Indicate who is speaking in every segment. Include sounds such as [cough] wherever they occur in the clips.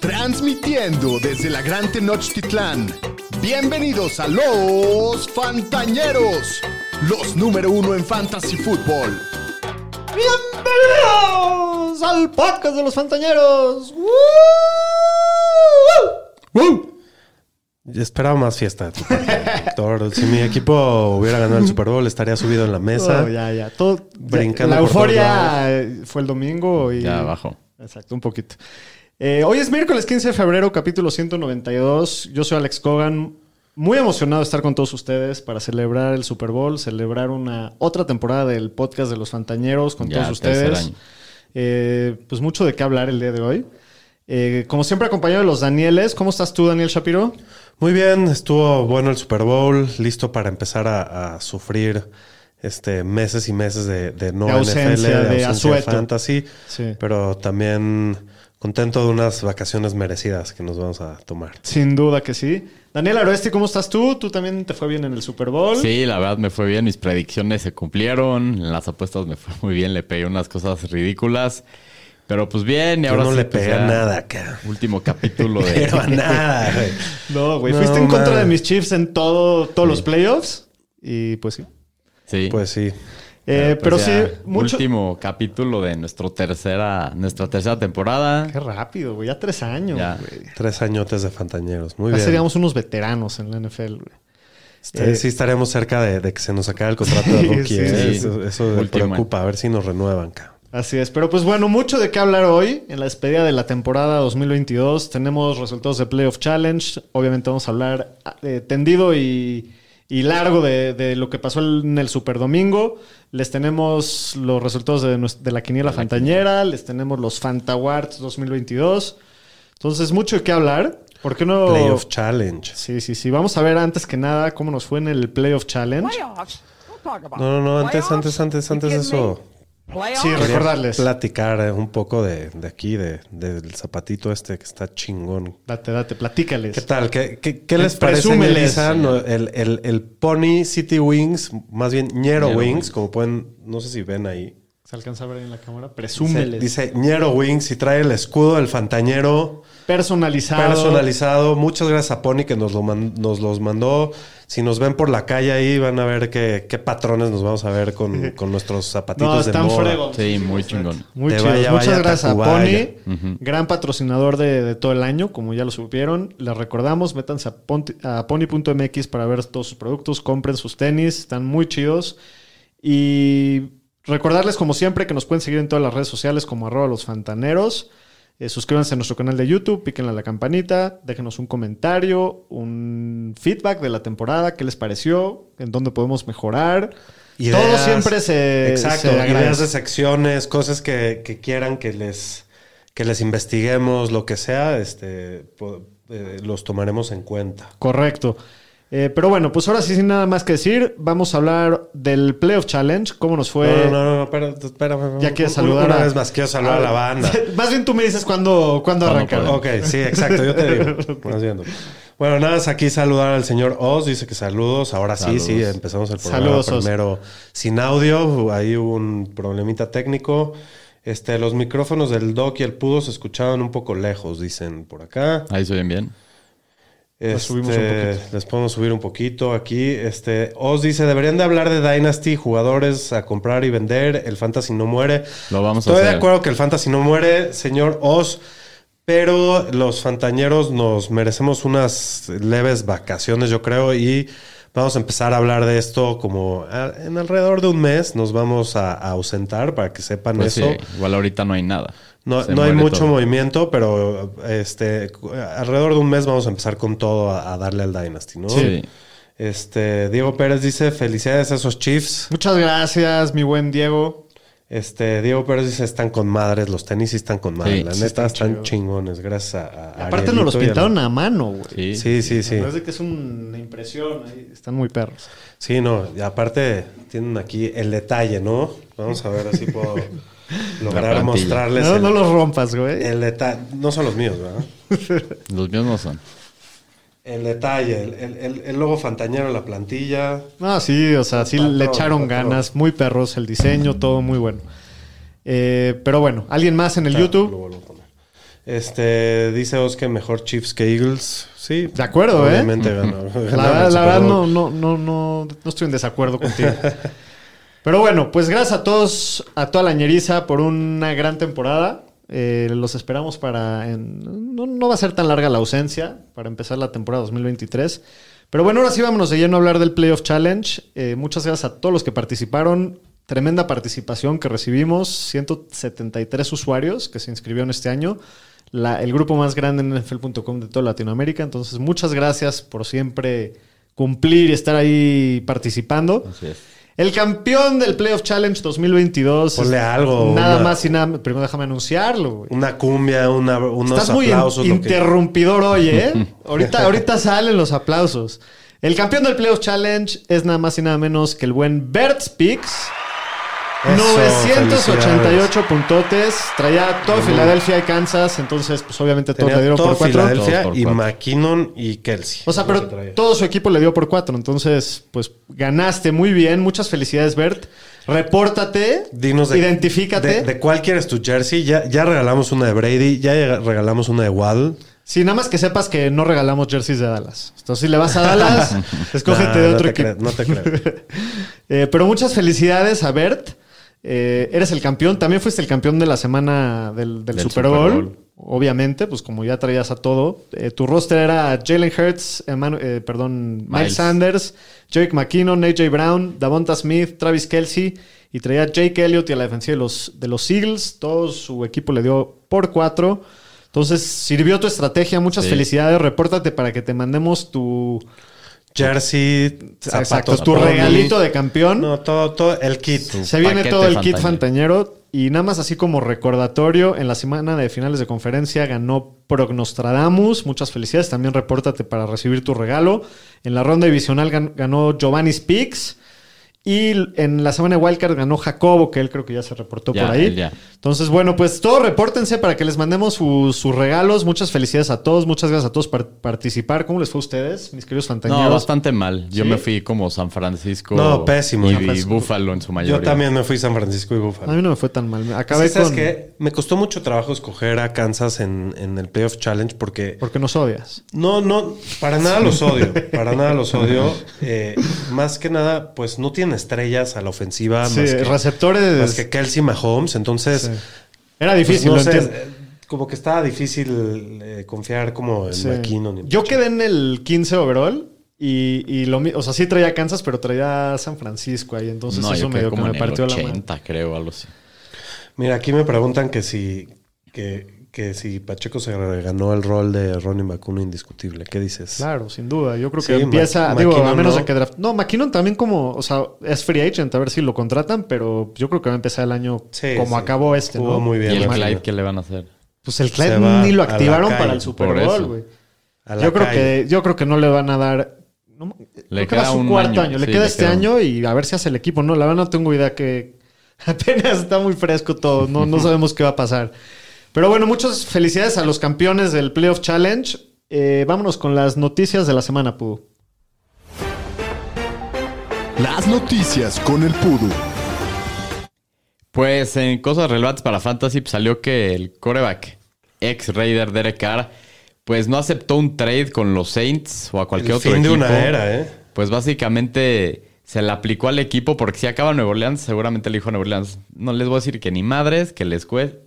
Speaker 1: Transmitiendo desde la Gran Tenochtitlán. Bienvenidos a los Fantañeros, los número uno en Fantasy Football.
Speaker 2: Bienvenidos al podcast de los Fantañeros. ¡Woo!
Speaker 3: ¡Woo! Yo Esperaba más fiesta de tu parte. Thor, si mi equipo hubiera ganado el Super Bowl, estaría subido en la mesa.
Speaker 2: Oh, ya, ya. Todo,
Speaker 3: Brincando
Speaker 2: La
Speaker 3: por todos
Speaker 2: euforia
Speaker 3: lados.
Speaker 2: fue el domingo y.
Speaker 4: Ya abajo.
Speaker 2: Exacto, un poquito. Eh, hoy es miércoles 15 de febrero, capítulo 192. Yo soy Alex Cogan. Muy emocionado de estar con todos ustedes para celebrar el Super Bowl, celebrar una otra temporada del podcast de los Fantañeros con
Speaker 4: Ya,
Speaker 2: todos
Speaker 4: tercer
Speaker 2: ustedes.
Speaker 4: año.
Speaker 2: Eh, pues mucho de qué hablar el día de hoy. Eh, como siempre, acompañado de los Danieles. ¿Cómo estás tú, Daniel Shapiro?
Speaker 3: Muy bien, estuvo bueno el Super Bowl, listo para empezar a, a sufrir este meses y meses de, de no
Speaker 2: De ausencia,
Speaker 3: NFL,
Speaker 2: de
Speaker 3: ausencia
Speaker 2: asueto.
Speaker 3: fantasy,
Speaker 2: Sí.
Speaker 3: pero también contento de unas vacaciones merecidas que nos vamos a tomar.
Speaker 2: Sin duda que sí. Daniel Aroesti, ¿cómo estás tú? Tú también te fue bien en el Super Bowl.
Speaker 4: Sí, la verdad me fue bien, mis predicciones se cumplieron, en las apuestas me fue muy bien, le pegué unas cosas ridículas, pero pues bien, y
Speaker 3: Yo
Speaker 4: ahora
Speaker 3: no
Speaker 4: sí,
Speaker 3: le
Speaker 4: pues,
Speaker 3: pegué a
Speaker 4: ya,
Speaker 3: nada
Speaker 2: [laughs]
Speaker 3: acá.
Speaker 4: Último capítulo de...
Speaker 3: [laughs] Pero a nada, güey.
Speaker 2: No, güey.
Speaker 3: No,
Speaker 2: Fuiste en contra
Speaker 3: man.
Speaker 2: de mis Chiefs en todo, todos los playoffs. Y pues sí.
Speaker 4: Sí.
Speaker 3: Pues sí.
Speaker 2: Eh,
Speaker 4: pues,
Speaker 2: pero
Speaker 4: ya,
Speaker 2: sí, mucho.
Speaker 4: Último capítulo de nuestro tercera, nuestra tercera temporada.
Speaker 2: Qué rápido, güey. Ya tres años,
Speaker 4: Ya.
Speaker 2: güey.
Speaker 3: Tres añotes de fantañeros. Muy
Speaker 2: Ya
Speaker 3: bien.
Speaker 2: seríamos unos veteranos en la NFL, güey.
Speaker 3: Este,
Speaker 2: Eh,
Speaker 3: sí, estaremos cerca de, de que se nos acabe el contrato de
Speaker 2: Sí,
Speaker 3: rookie.
Speaker 2: sí,
Speaker 3: ¿eh?
Speaker 4: sí.
Speaker 3: Eso, eso me
Speaker 4: Último.
Speaker 3: preocupa. A ver si nos renuevan, cabrón.
Speaker 2: Así es, pero pues bueno, mucho de qué hablar hoy en la despedida de la temporada 2022. Tenemos resultados de Playoff Challenge. Obviamente vamos a hablar eh, tendido y, y largo de, de lo que pasó en el Super Domingo. Les tenemos los resultados de, nues- de la Quiniela Fantañera. Les tenemos los Fantawards 2022. Entonces, mucho de qué hablar. ¿Por qué no?
Speaker 3: Playoff Challenge.
Speaker 2: Sí, sí, sí. Vamos a ver antes que nada cómo nos fue en el Playoff Challenge.
Speaker 3: No, no, no, antes, antes, antes, antes de eso.
Speaker 2: Sí,
Speaker 3: quería
Speaker 2: recordarles.
Speaker 3: Platicar eh, un poco de, de aquí, de, del zapatito este que está chingón.
Speaker 2: Date, date, platícales.
Speaker 3: ¿Qué tal? ¿Qué, qué, qué les parece,
Speaker 2: Presúmeles.
Speaker 3: Melissa? No, el, el, el Pony City Wings, más bien Ñero
Speaker 4: Ñero
Speaker 3: Wings,
Speaker 4: Wings.
Speaker 3: como pueden, no sé si ven ahí.
Speaker 2: ¿Se alcanza a ver en la cámara?
Speaker 3: Dice,
Speaker 2: Presúmeles.
Speaker 3: dice Ñero Wings y trae el escudo del fantañero.
Speaker 2: personalizado.
Speaker 3: personalizado. Muchas gracias a Pony que nos, lo man- nos los mandó. Si nos ven por la calle ahí, van a ver qué, qué patrones nos vamos a ver
Speaker 2: [laughs]
Speaker 3: con, con nuestros zapatitos
Speaker 2: No,
Speaker 3: de
Speaker 2: están
Speaker 3: moda.
Speaker 2: fregos.
Speaker 4: Sí, muy chingón.
Speaker 2: Muy
Speaker 3: Te
Speaker 2: chidos.
Speaker 3: vaya,
Speaker 2: Muchas
Speaker 3: vaya,
Speaker 2: gracias
Speaker 3: Tacubaya.
Speaker 2: a Pony, gran patrocinador de, de todo el año, como ya lo supieron. Les recordamos, métanse a, ponti- a pony.mx para ver todos sus productos, compren sus tenis, están muy chidos. Y recordarles, como siempre, que nos pueden seguir en todas las redes sociales como arroba los fantaneros. Eh, suscríbanse a nuestro canal de YouTube, píquenle a la campanita, déjenos un comentario, un feedback de la temporada, qué les pareció, en dónde podemos mejorar.
Speaker 3: Ideas.
Speaker 2: Todo siempre se,
Speaker 3: Exacto,
Speaker 2: se
Speaker 3: ideas
Speaker 2: agradece.
Speaker 3: de secciones, cosas que, que quieran que les, que les investiguemos, lo que sea, este, po- eh, los tomaremos en cuenta.
Speaker 2: Correcto. Eh, pero bueno, pues ahora sí, sin nada más que decir, vamos a hablar del Playoff Challenge, cómo nos fue.
Speaker 3: no, no, no, no, espera, espérame.
Speaker 2: Pues, Ya quieres
Speaker 3: Un-
Speaker 2: saludar
Speaker 3: Una
Speaker 2: a-
Speaker 3: vez más, quiero saludar a la banda.
Speaker 2: [laughs] más bien tú me dices cuándo, cuándo
Speaker 4: Cuándo
Speaker 2: arrancar.
Speaker 4: podemos.
Speaker 3: Ok, sí, exacto, yo te digo. Más viendo. Bueno, nada, más aquí saludar al señor Oz, dice que saludos. Ahora sí,
Speaker 4: Saludos.
Speaker 3: sí, empezamos el programa
Speaker 2: Saludos, Oz.
Speaker 3: primero sin audio, ahí hubo un problemita técnico. Este, los micrófonos del Doc y el Pudo se escuchaban un poco lejos, dicen por acá.
Speaker 4: Ahí se ven bien.
Speaker 2: Los subimos un
Speaker 3: Este, Les podemos subir un poquito aquí. Este, Oz dice, deberían de hablar de Dynasty, jugadores a comprar y vender. El Fantasy no muere.
Speaker 4: Lo vamos a
Speaker 3: Estoy de
Speaker 4: hacer.
Speaker 3: acuerdo que el Fantasy no muere, señor Oz. Pero los fantañeros nos merecemos unas leves vacaciones, yo creo, y vamos a empezar a hablar de esto como a- en alrededor de un mes nos vamos a, a ausentar para que sepan
Speaker 4: Pues sí,
Speaker 3: eso.
Speaker 4: igual ahorita no hay nada.
Speaker 3: No,
Speaker 4: Se
Speaker 3: no hay
Speaker 4: muere
Speaker 3: mucho
Speaker 4: todo.
Speaker 3: movimiento, pero este cu- alrededor de un mes vamos a empezar con todo a, a darle al Dynasty, ¿no?
Speaker 4: Sí.
Speaker 3: Este, Diego Pérez dice, felicidades a esos Chiefs.
Speaker 2: Muchas gracias, mi buen Diego.
Speaker 3: Este, Diego Pérez dice, están con madres, los tenis sí están con madres.
Speaker 4: Sí,
Speaker 3: La
Speaker 4: sí
Speaker 3: neta,
Speaker 2: están
Speaker 3: están,
Speaker 2: chidos.
Speaker 3: chingones, gracias a, a
Speaker 2: Aparte nos los
Speaker 3: Arielito y a la-
Speaker 2: pintaron a mano, güey.
Speaker 4: Sí.
Speaker 3: Sí, sí, sí.
Speaker 2: Parece que es una impresión. ahí. Están muy perros.
Speaker 3: Sí, no, y aparte tienen aquí el detalle, ¿no? Vamos a ver si
Speaker 4: [laughs]
Speaker 3: puedo lograr
Speaker 4: plantilla.
Speaker 3: mostrarles
Speaker 2: No,
Speaker 3: el,
Speaker 2: no los rompas, güey.
Speaker 3: el detalle. No son los míos, ¿verdad?
Speaker 4: Los míos no son.
Speaker 3: El detalle, el, el- el- el logo fantañero, la plantilla.
Speaker 2: No, sí, o sea, sí
Speaker 3: Patrón,
Speaker 2: le echaron
Speaker 3: patrón.
Speaker 2: ganas, muy perros el diseño, todo muy bueno. Eh, pero bueno, alguien más en el
Speaker 3: Claro,
Speaker 2: YouTube.
Speaker 3: lo vuelvo a poner. Este, dice Oz que mejor Chiefs que Eagles. Sí.
Speaker 2: De acuerdo, ¿eh? [laughs]
Speaker 3: obviamente ganó- [laughs]
Speaker 2: La,
Speaker 3: ganaron
Speaker 2: verdad-
Speaker 3: el
Speaker 2: la verdad
Speaker 3: Super
Speaker 2: no,
Speaker 3: Bowl.
Speaker 2: no, no, no, no estoy en desacuerdo contigo. Pero bueno, pues gracias a todos, a toda la ñeriza por una gran temporada. Eh, los esperamos para... en- no, no va a ser tan larga la ausencia para empezar la temporada 2023. Pero bueno, ahora sí vámonos de lleno a hablar del Playoff Challenge. Eh, muchas gracias a todos los que participaron. Tremenda participación que recibimos. 173 usuarios que se inscribieron este año. La- el grupo más grande en NFL.com de toda Latinoamérica. Entonces, muchas gracias por siempre cumplir y estar ahí participando.
Speaker 4: Así es.
Speaker 2: El campeón del Playoff Challenge 2022.
Speaker 3: Ponle
Speaker 2: es-
Speaker 3: algo,
Speaker 2: Nada
Speaker 3: una-
Speaker 2: más y nada. Primero déjame anunciarlo. güey.
Speaker 3: Una cumbia, una, unos
Speaker 2: Estás muy in-
Speaker 3: aplausos. lo que-
Speaker 2: interrumpidor hoy, ¿eh?
Speaker 3: [laughs]
Speaker 2: ahorita, ahorita salen los aplausos. El campeón del Playoff Challenge es nada más y nada menos que el buen Bert Speaks.
Speaker 3: Eso,
Speaker 2: 988 puntotes. Traía a toda Filadelfia y Kansas. Entonces, pues obviamente todos
Speaker 3: Tenía
Speaker 2: le dieron
Speaker 3: todo
Speaker 2: por cuatro.
Speaker 3: Filadelfia
Speaker 4: Todos por
Speaker 3: y
Speaker 4: cuatro.
Speaker 3: McKinnon y Kelsey.
Speaker 2: O sea,
Speaker 3: Los
Speaker 2: pero
Speaker 3: que traía.
Speaker 2: todo su equipo le dio por cuatro. Entonces, pues ganaste muy bien. Muchas felicidades, Bert. Repórtate.
Speaker 3: Dinos de,
Speaker 2: identifícate.
Speaker 3: De, de cuál quieres tu jersey. Ya, ya regalamos una de Brady, ya llega- regalamos una de Waddle.
Speaker 2: Sí, nada más que sepas que no regalamos jerseys de Dallas. Entonces, si le vas a
Speaker 3: [laughs]
Speaker 2: Dallas, escógete
Speaker 3: Nah,
Speaker 2: de
Speaker 3: no
Speaker 2: otro
Speaker 3: te
Speaker 2: equipo.
Speaker 3: creo, no
Speaker 2: [laughs]
Speaker 3: te creo.
Speaker 2: Eh, pero muchas felicidades a Bert. Eh, eres el campeón. También fuiste el campeón de la semana del, del
Speaker 4: Del
Speaker 2: Super,
Speaker 4: Super
Speaker 2: Bowl.
Speaker 4: Bowl.
Speaker 2: Obviamente, pues como ya traías a todo. Eh, tu roster era Jalen Hurts, Emanu- eh, perdón, Miles.
Speaker 4: Miles.
Speaker 2: Sanders, Jake McKinnon, AJ Brown, Davonta Smith, Travis Kelsey. Y traía a Jake Elliott y a la defensiva de los, de los Eagles. Todo su equipo le dio por cuatro. Entonces, sirvió tu estrategia. Muchas
Speaker 4: Sí.
Speaker 2: felicidades. Repórtate para que te mandemos tu...
Speaker 3: Jersey,
Speaker 2: exacto,
Speaker 3: zapatos.
Speaker 2: tu
Speaker 3: Pony.
Speaker 2: regalito de campeón.
Speaker 3: No, todo, todo el kit.
Speaker 2: Se viene
Speaker 4: paquete
Speaker 2: todo el kit
Speaker 4: fantañero.
Speaker 2: fantañero y nada más así como recordatorio, en la semana de finales de conferencia ganó Prognostradamus, muchas felicidades, también repórtate para recibir tu regalo. En la ronda divisional gan- ganó Giovanni Speaks y l- en la semana de Wildcard ganó Jacobo, que él creo que ya se reportó
Speaker 4: Ya,
Speaker 2: por ahí.
Speaker 4: él ya.
Speaker 2: Entonces, bueno, pues todos repórtense para que les mandemos sus- sus regalos. Muchas felicidades a todos, muchas gracias a todos por participar. ¿Cómo les fue a ustedes, mis queridos fantañeros?
Speaker 4: No, bastante mal. Yo
Speaker 2: ¿Sí?
Speaker 4: me fui como San Francisco.
Speaker 3: No, pésimo.
Speaker 4: Y,
Speaker 3: San
Speaker 4: y
Speaker 3: Francisco.
Speaker 4: Búfalo en su mayoría.
Speaker 3: Yo también me fui a San Francisco y Buffalo.
Speaker 2: A mí no me fue tan mal. Acabé
Speaker 3: Es que, ¿sabes
Speaker 2: con...
Speaker 3: qué? Me costó mucho trabajo escoger a Kansas en, en el Playoff Challenge porque...
Speaker 2: Porque nos odias.
Speaker 3: No, no, para nada los
Speaker 2: [laughs]
Speaker 3: odio. Para nada los odio. Eh, más que nada, pues no tiene estrellas a la ofensiva.
Speaker 2: Sí,
Speaker 3: más que,
Speaker 2: receptores.
Speaker 3: más que Kelsey Mahomes. Entonces,
Speaker 2: Sí. Era
Speaker 3: pues,
Speaker 2: difícil,
Speaker 3: no
Speaker 2: lo
Speaker 3: sé,
Speaker 2: entiendo.
Speaker 3: eh, como que estaba difícil eh, confiar como en
Speaker 2: Sí.
Speaker 3: McKinnon. y-
Speaker 2: Yo quedé en el 15 overall y, y lo mi- o sea, sí traía Kansas, pero traía San Francisco ahí, entonces
Speaker 4: no,
Speaker 2: eso
Speaker 4: yo quedé
Speaker 2: medio que
Speaker 4: como
Speaker 2: me
Speaker 4: en el
Speaker 2: partió la mano.
Speaker 4: 80, creo, algo así.
Speaker 3: Mira, aquí me preguntan que si... Que, que si Pacheco se ganó el rol de Ronnie Macuno indiscutible. ¿Qué dices?
Speaker 2: Claro, sin duda. Yo creo que
Speaker 3: Sí,
Speaker 2: empieza,
Speaker 3: Ma-
Speaker 2: digo, a
Speaker 3: McKinnon
Speaker 2: menos de
Speaker 3: no.
Speaker 2: que draft. No, McKinnon también como, o sea, es free agent, a ver si lo contratan, pero yo creo que va a empezar el año
Speaker 3: Sí,
Speaker 2: como
Speaker 3: sí.
Speaker 2: acabó este,
Speaker 3: Jugó
Speaker 2: ¿no?
Speaker 3: muy
Speaker 4: ¿Y
Speaker 3: bien.
Speaker 4: el
Speaker 3: Macuno.
Speaker 4: Clyde qué le van a hacer?
Speaker 2: Pues el
Speaker 3: Se
Speaker 2: Clyde
Speaker 3: va
Speaker 2: ni lo
Speaker 3: a la
Speaker 2: activaron
Speaker 3: calle,
Speaker 2: para el Super
Speaker 4: por
Speaker 2: Bowl,
Speaker 4: eso.
Speaker 2: güey.
Speaker 3: A la
Speaker 2: Yo creo
Speaker 3: calle.
Speaker 2: que, yo creo que no le van a dar. no, creo que
Speaker 4: queda
Speaker 2: va su
Speaker 4: un
Speaker 2: cuarto año.
Speaker 4: año,
Speaker 2: Le
Speaker 4: sí,
Speaker 2: queda
Speaker 4: le
Speaker 2: este
Speaker 4: queda un-
Speaker 2: año y a ver si hace el equipo. No, la verdad no tengo idea que [laughs] apenas está muy fresco todo. No,
Speaker 4: [laughs]
Speaker 2: no sabemos qué va a pasar. Pero bueno, muchas felicidades a los campeones del Playoff Challenge. Eh, vámonos con las noticias de la semana, Pudu.
Speaker 1: Las noticias con el Pudu.
Speaker 4: Pues en cosas relevantes para Fantasy pues, salió que el coreback ex Raider Derek Carr pues no aceptó un trade con los Saints o a cualquier
Speaker 3: El
Speaker 4: otro
Speaker 3: fin de
Speaker 4: equipo.
Speaker 3: una era, ¿eh?
Speaker 4: Pues básicamente se le aplicó al equipo porque si acaba Nueva Orleans, seguramente le dijo a Nueva Orleans, no les voy a decir que ni madres, que les cueste.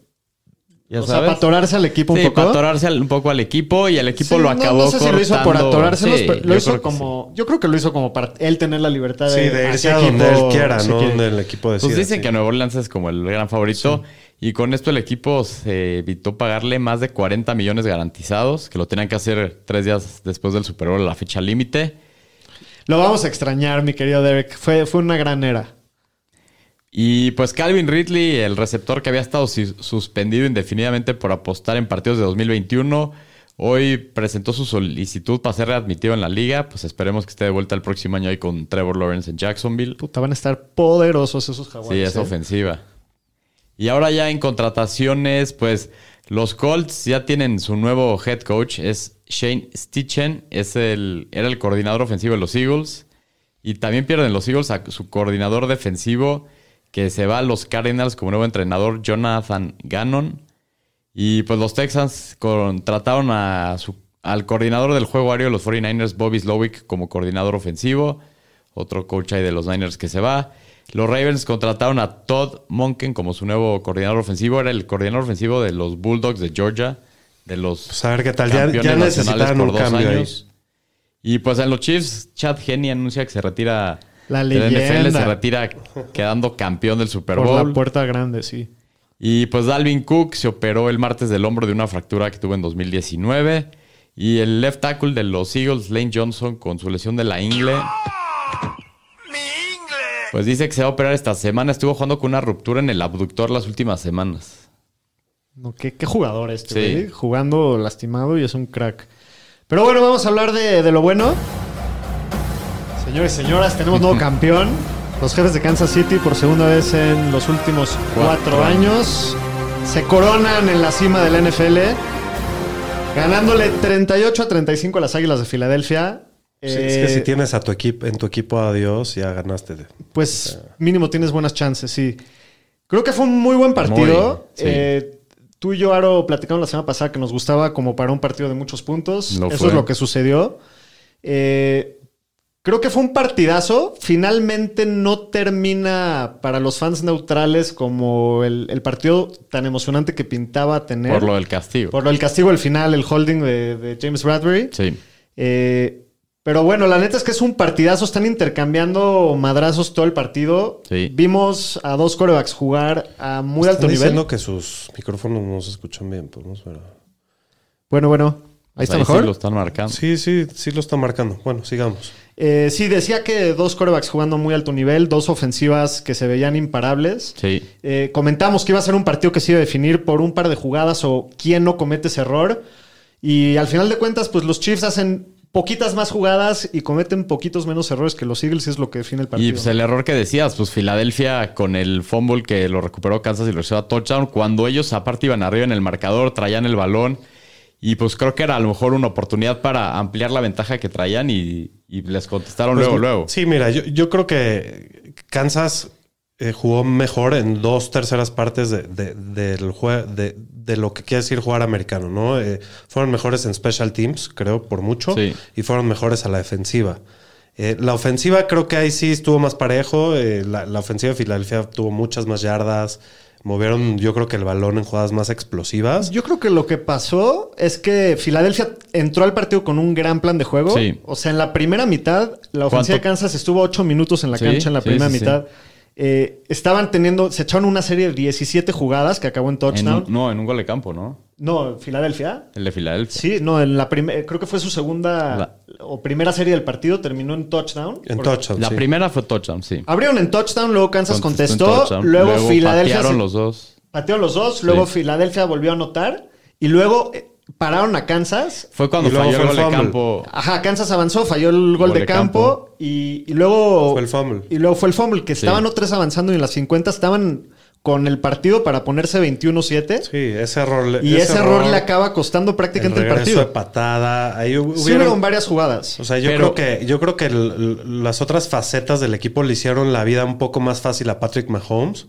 Speaker 4: Ya
Speaker 2: O sea,
Speaker 4: sabes.
Speaker 2: para atorarse al equipo
Speaker 4: Sí,
Speaker 2: un poco.
Speaker 4: para atorarse al- un poco al equipo y el equipo
Speaker 2: Sí,
Speaker 4: lo
Speaker 2: no-
Speaker 4: acabó
Speaker 2: No, sé si lo hizo por
Speaker 4: cortando.
Speaker 2: atorárselos,
Speaker 4: Sí,
Speaker 2: pero
Speaker 4: yo
Speaker 2: lo hizo
Speaker 4: creo que sí.
Speaker 2: como. Yo creo que lo hizo como para él tener la libertad
Speaker 3: Sí,
Speaker 2: de,
Speaker 3: de
Speaker 2: a
Speaker 3: irse
Speaker 2: qué
Speaker 3: a donde él
Speaker 2: equipo
Speaker 3: quiera,
Speaker 2: se
Speaker 3: ¿no?
Speaker 2: quiere.
Speaker 3: Donde el equipo decida.
Speaker 4: Pues dicen
Speaker 3: sí.
Speaker 4: que Nueva Orleans es como el gran favorito. Y con esto el equipo se evitó pagarle más de 40 millones garantizados, que lo tenían que hacer tres días después del Super Bowl, la fecha límite.
Speaker 2: Lo vamos a extrañar, mi querido Derek. Fue, fue una gran era.
Speaker 4: Y pues Calvin Ridley, el receptor que había estado si- suspendido indefinidamente por apostar en partidos de 2021, hoy presentó su solicitud para ser readmitido en la liga. Pues esperemos que esté de vuelta el próximo año ahí con Trevor Lawrence en Jacksonville.
Speaker 2: Puta, van a estar poderosos esos jaguares.
Speaker 4: Sí, es
Speaker 2: ¿eh?
Speaker 4: ofensiva. Y ahora ya en contrataciones, pues los Colts ya tienen su nuevo head coach, es Shane Stitchen, es el, era el coordinador ofensivo de los Eagles. Y también pierden los Eagles a su coordinador defensivo, que se va a los Cardinals como nuevo entrenador, Jonathan Gannon. Y pues los Texans contrataron a su- al coordinador del juego aéreo de los 49ers, Bobby Slowick, como coordinador ofensivo. Otro coach ahí de los Niners que se va. Los Ravens contrataron a Todd Monken como su nuevo coordinador ofensivo. Era el coordinador ofensivo de los Bulldogs de Georgia. De los
Speaker 3: Pues a ver qué tal. Ya,
Speaker 4: campeones
Speaker 3: ya
Speaker 4: nacionales
Speaker 3: necesitaban
Speaker 4: por
Speaker 3: un
Speaker 4: dos
Speaker 3: cambio ahí.
Speaker 4: años. Y pues en los Chiefs, Chad Henney anuncia que se retira.
Speaker 2: La
Speaker 4: de NFL se
Speaker 2: leyenda.
Speaker 4: retira quedando campeón del Super
Speaker 2: Por la
Speaker 4: Bowl.
Speaker 2: puerta grande, sí.
Speaker 4: Y pues Dalvin Cook se operó el martes del hombro de una fractura que tuvo en 2019. Y el left tackle de los Eagles, Lane Johnson, con su lesión de la ingle. Pues dice que se va a operar esta semana. Estuvo jugando con una ruptura en el abductor las últimas semanas.
Speaker 2: No, qué, qué jugador este,
Speaker 4: Sí.
Speaker 2: güey. Jugando lastimado y es un crack. Pero bueno, vamos a hablar de, de lo bueno. Señores y señoras, tenemos
Speaker 4: [laughs]
Speaker 2: nuevo campeón. Los jefes de Kansas City, por segunda vez en los últimos cuatro,
Speaker 4: Cuatro
Speaker 2: años, se coronan en la cima del NFL, ganándole 38 a 35 a las Águilas de Filadelfia.
Speaker 3: Sí, Pues es que
Speaker 2: Eh,
Speaker 3: si tienes a tu equipo, en tu equipo a Dios, ya ganaste. de-
Speaker 2: pues mínimo tienes buenas chances, sí. Creo que fue un muy buen partido.
Speaker 4: sí.
Speaker 2: Eh, tú y yo, Aro, platicamos la semana pasada que nos gustaba como para un partido de muchos puntos.
Speaker 4: Lo
Speaker 2: Eso
Speaker 4: fue.
Speaker 2: es lo que sucedió. Eh, creo que fue un partidazo. Finalmente no termina para los fans neutrales como el, el partido tan emocionante que pintaba tener.
Speaker 4: Por lo del castigo.
Speaker 2: Por lo del castigo al final, el holding de, de James Bradbury.
Speaker 4: Sí.
Speaker 2: Eh, pero bueno, la neta es que es un partidazo. Están intercambiando madrazos todo el partido.
Speaker 4: Sí.
Speaker 2: Vimos a dos corebacks jugar a muy
Speaker 3: Están
Speaker 2: alto nivel.
Speaker 3: diciendo que sus micrófonos no se escuchan bien, pues no sé, ¿verdad?
Speaker 2: Bueno, bueno. Ahí está
Speaker 4: Pues Ahí sí
Speaker 2: mejor.
Speaker 4: lo están marcando.
Speaker 3: Sí, sí, sí lo está marcando. Bueno, sigamos.
Speaker 2: Eh, sí, decía que dos corebacks jugando a muy alto nivel, dos ofensivas que se veían imparables.
Speaker 4: Sí.
Speaker 2: Eh, comentamos que iba a ser un partido que se iba a definir por un par de jugadas o quién no comete ese error. Y al final de cuentas, pues los Chiefs hacen poquitas más jugadas y cometen poquitos menos errores que los Eagles y es lo que define el partido.
Speaker 4: Y pues el error que decías, pues Filadelfia con el fumble que lo recuperó Kansas y lo hizo a touchdown, cuando ellos aparte iban arriba en el marcador, traían el balón y pues creo que era a lo mejor una oportunidad para ampliar la ventaja que traían y, y les contestaron
Speaker 3: Pues,
Speaker 4: luego, luego.
Speaker 3: Sí, mira, yo, yo creo que Kansas eh, jugó mejor en dos terceras partes de, de- del jue- de, de lo que quiere decir jugar americano, ¿no? Eh, fueron mejores en special teams, creo, por mucho,
Speaker 4: Sí.
Speaker 3: y fueron mejores a la defensiva. Eh, la ofensiva creo que ahí sí estuvo más parejo. eh, la, la ofensiva de Filadelfia tuvo muchas más yardas. Movieron, yo creo que el balón en jugadas más explosivas.
Speaker 2: Yo creo que lo que pasó es que Filadelfia entró al partido con un gran plan de juego.
Speaker 4: Sí.
Speaker 2: O sea, en la primera mitad, la ofensiva de
Speaker 4: ¿Cuánto?
Speaker 2: Kansas estuvo ocho minutos en la
Speaker 4: Sí,
Speaker 2: cancha en la
Speaker 4: sí,
Speaker 2: primera
Speaker 4: sí, sí.
Speaker 2: mitad. Eh, estaban teniendo, se echaron una serie de 17 jugadas que acabó en
Speaker 4: En un-
Speaker 2: touchdown.
Speaker 4: no, en un gol de campo, ¿no?
Speaker 2: No, Filadelfia.
Speaker 4: El de Filadelfia.
Speaker 2: Sí, no, en la primera, creo que fue su segunda o primera serie del partido, terminó en touchdown.
Speaker 3: En
Speaker 2: Porque
Speaker 3: touchdown,
Speaker 4: La
Speaker 3: sí.
Speaker 4: primera fue touchdown, sí.
Speaker 2: Abrieron en touchdown, luego Kansas
Speaker 4: Contestó
Speaker 2: contestó,
Speaker 4: en touchdown.
Speaker 2: luego, Filadelfia
Speaker 4: patearon
Speaker 2: se-
Speaker 4: los dos.
Speaker 2: pateó los dos, luego Filadelfia volvió a anotar y luego eh, pararon a Kansas
Speaker 4: Fue cuando
Speaker 3: Y luego
Speaker 4: falló el
Speaker 3: fue el
Speaker 4: gol de
Speaker 3: fumble.
Speaker 4: campo.
Speaker 2: Ajá, Kansas avanzó, falló el gol de campo, Y, y luego.
Speaker 3: Fue el fumble.
Speaker 2: Y luego fue el fumble, que estaban
Speaker 4: Sí.
Speaker 2: otros avanzando y en las 50 estaban con el partido para ponerse 21-7.
Speaker 3: Sí, ese error. le-
Speaker 2: y ese error, le acaba costando prácticamente el,
Speaker 3: el regreso de
Speaker 2: partido.
Speaker 3: patada. Ahí hu-
Speaker 2: Sí
Speaker 3: hubieron-
Speaker 2: hubieron varias jugadas.
Speaker 3: O sea, yo
Speaker 4: Pero-
Speaker 3: creo que, yo creo que el- l- las otras facetas del equipo le hicieron la vida un poco más fácil a Patrick Mahomes.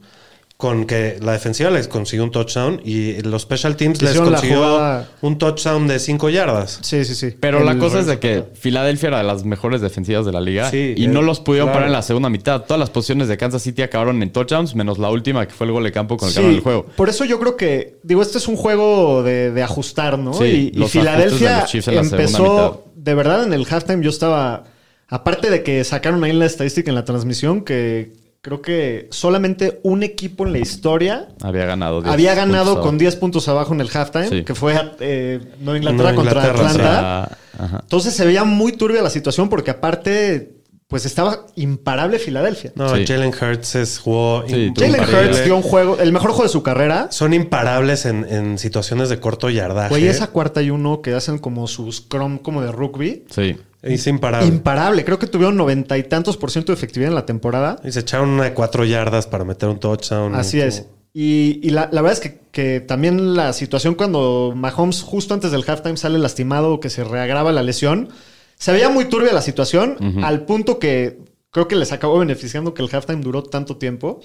Speaker 3: Con que la defensiva les consiguió un touchdown y los special teams les
Speaker 2: Hicieron la
Speaker 3: consiguió
Speaker 2: jugada-
Speaker 3: un touchdown de 5 yardas.
Speaker 2: sí, sí, sí.
Speaker 4: Pero
Speaker 2: El
Speaker 4: la cosa es de
Speaker 2: regreso
Speaker 4: que
Speaker 2: patada.
Speaker 4: Filadelfia era de las mejores defensivas de la liga
Speaker 3: Sí,
Speaker 4: y
Speaker 3: eh,
Speaker 4: no los pudieron
Speaker 3: claro.
Speaker 4: parar en la segunda mitad. Todas las posiciones de Kansas City acabaron en touchdowns, menos la última que fue el gol de campo con el que
Speaker 2: Sí,
Speaker 4: ganó el juego.
Speaker 2: Por eso yo creo que, digo, este es un juego de, de ajustar, ¿no?
Speaker 4: Sí,
Speaker 2: y y
Speaker 4: los ajustes de
Speaker 2: Filadelfia
Speaker 4: los Chiefs en la segunda mitad.
Speaker 2: empezó, de verdad, en el halftime yo estaba, aparte de que sacaron ahí la estadística en la transmisión, que creo que solamente un equipo en la historia
Speaker 4: Había ganado. 10
Speaker 2: había ganado
Speaker 4: puntos
Speaker 2: con 10 puntos abajo en el halftime,
Speaker 4: Sí.
Speaker 2: que fue eh, Nueva Inglaterra,
Speaker 3: Nueva
Speaker 2: contra
Speaker 3: Inglaterra,
Speaker 2: Atlanta.
Speaker 4: abajo. Ah, ajá.
Speaker 2: Entonces se veía muy turbia la situación porque aparte, pues estaba imparable Filadelfia.
Speaker 3: No,
Speaker 4: Sí.
Speaker 3: Jalen Hurts es- jugó.
Speaker 4: Sí,
Speaker 3: in-
Speaker 4: tuvo
Speaker 2: Jalen
Speaker 4: Increíble.
Speaker 2: Hurts dio un juego, el mejor juego de su carrera.
Speaker 3: Son imparables en, en situaciones de corto yardaje.
Speaker 2: Güey, esa cuarta y uno que hacen como sus crom como de rugby.
Speaker 4: Sí.
Speaker 3: Es imparable.
Speaker 2: Imparable. Creo que tuvieron noventa y tantos por ciento de efectividad en la temporada.
Speaker 3: y se echaron una de 4 yardas para meter un touchdown.
Speaker 2: Así
Speaker 3: Como-
Speaker 2: es. Y, y la, la verdad es que, que también la situación cuando Mahomes justo antes del halftime sale lastimado o que se reagrava la lesión, se veía muy turbia la situación al punto que creo que les acabó beneficiando que el halftime duró tanto tiempo.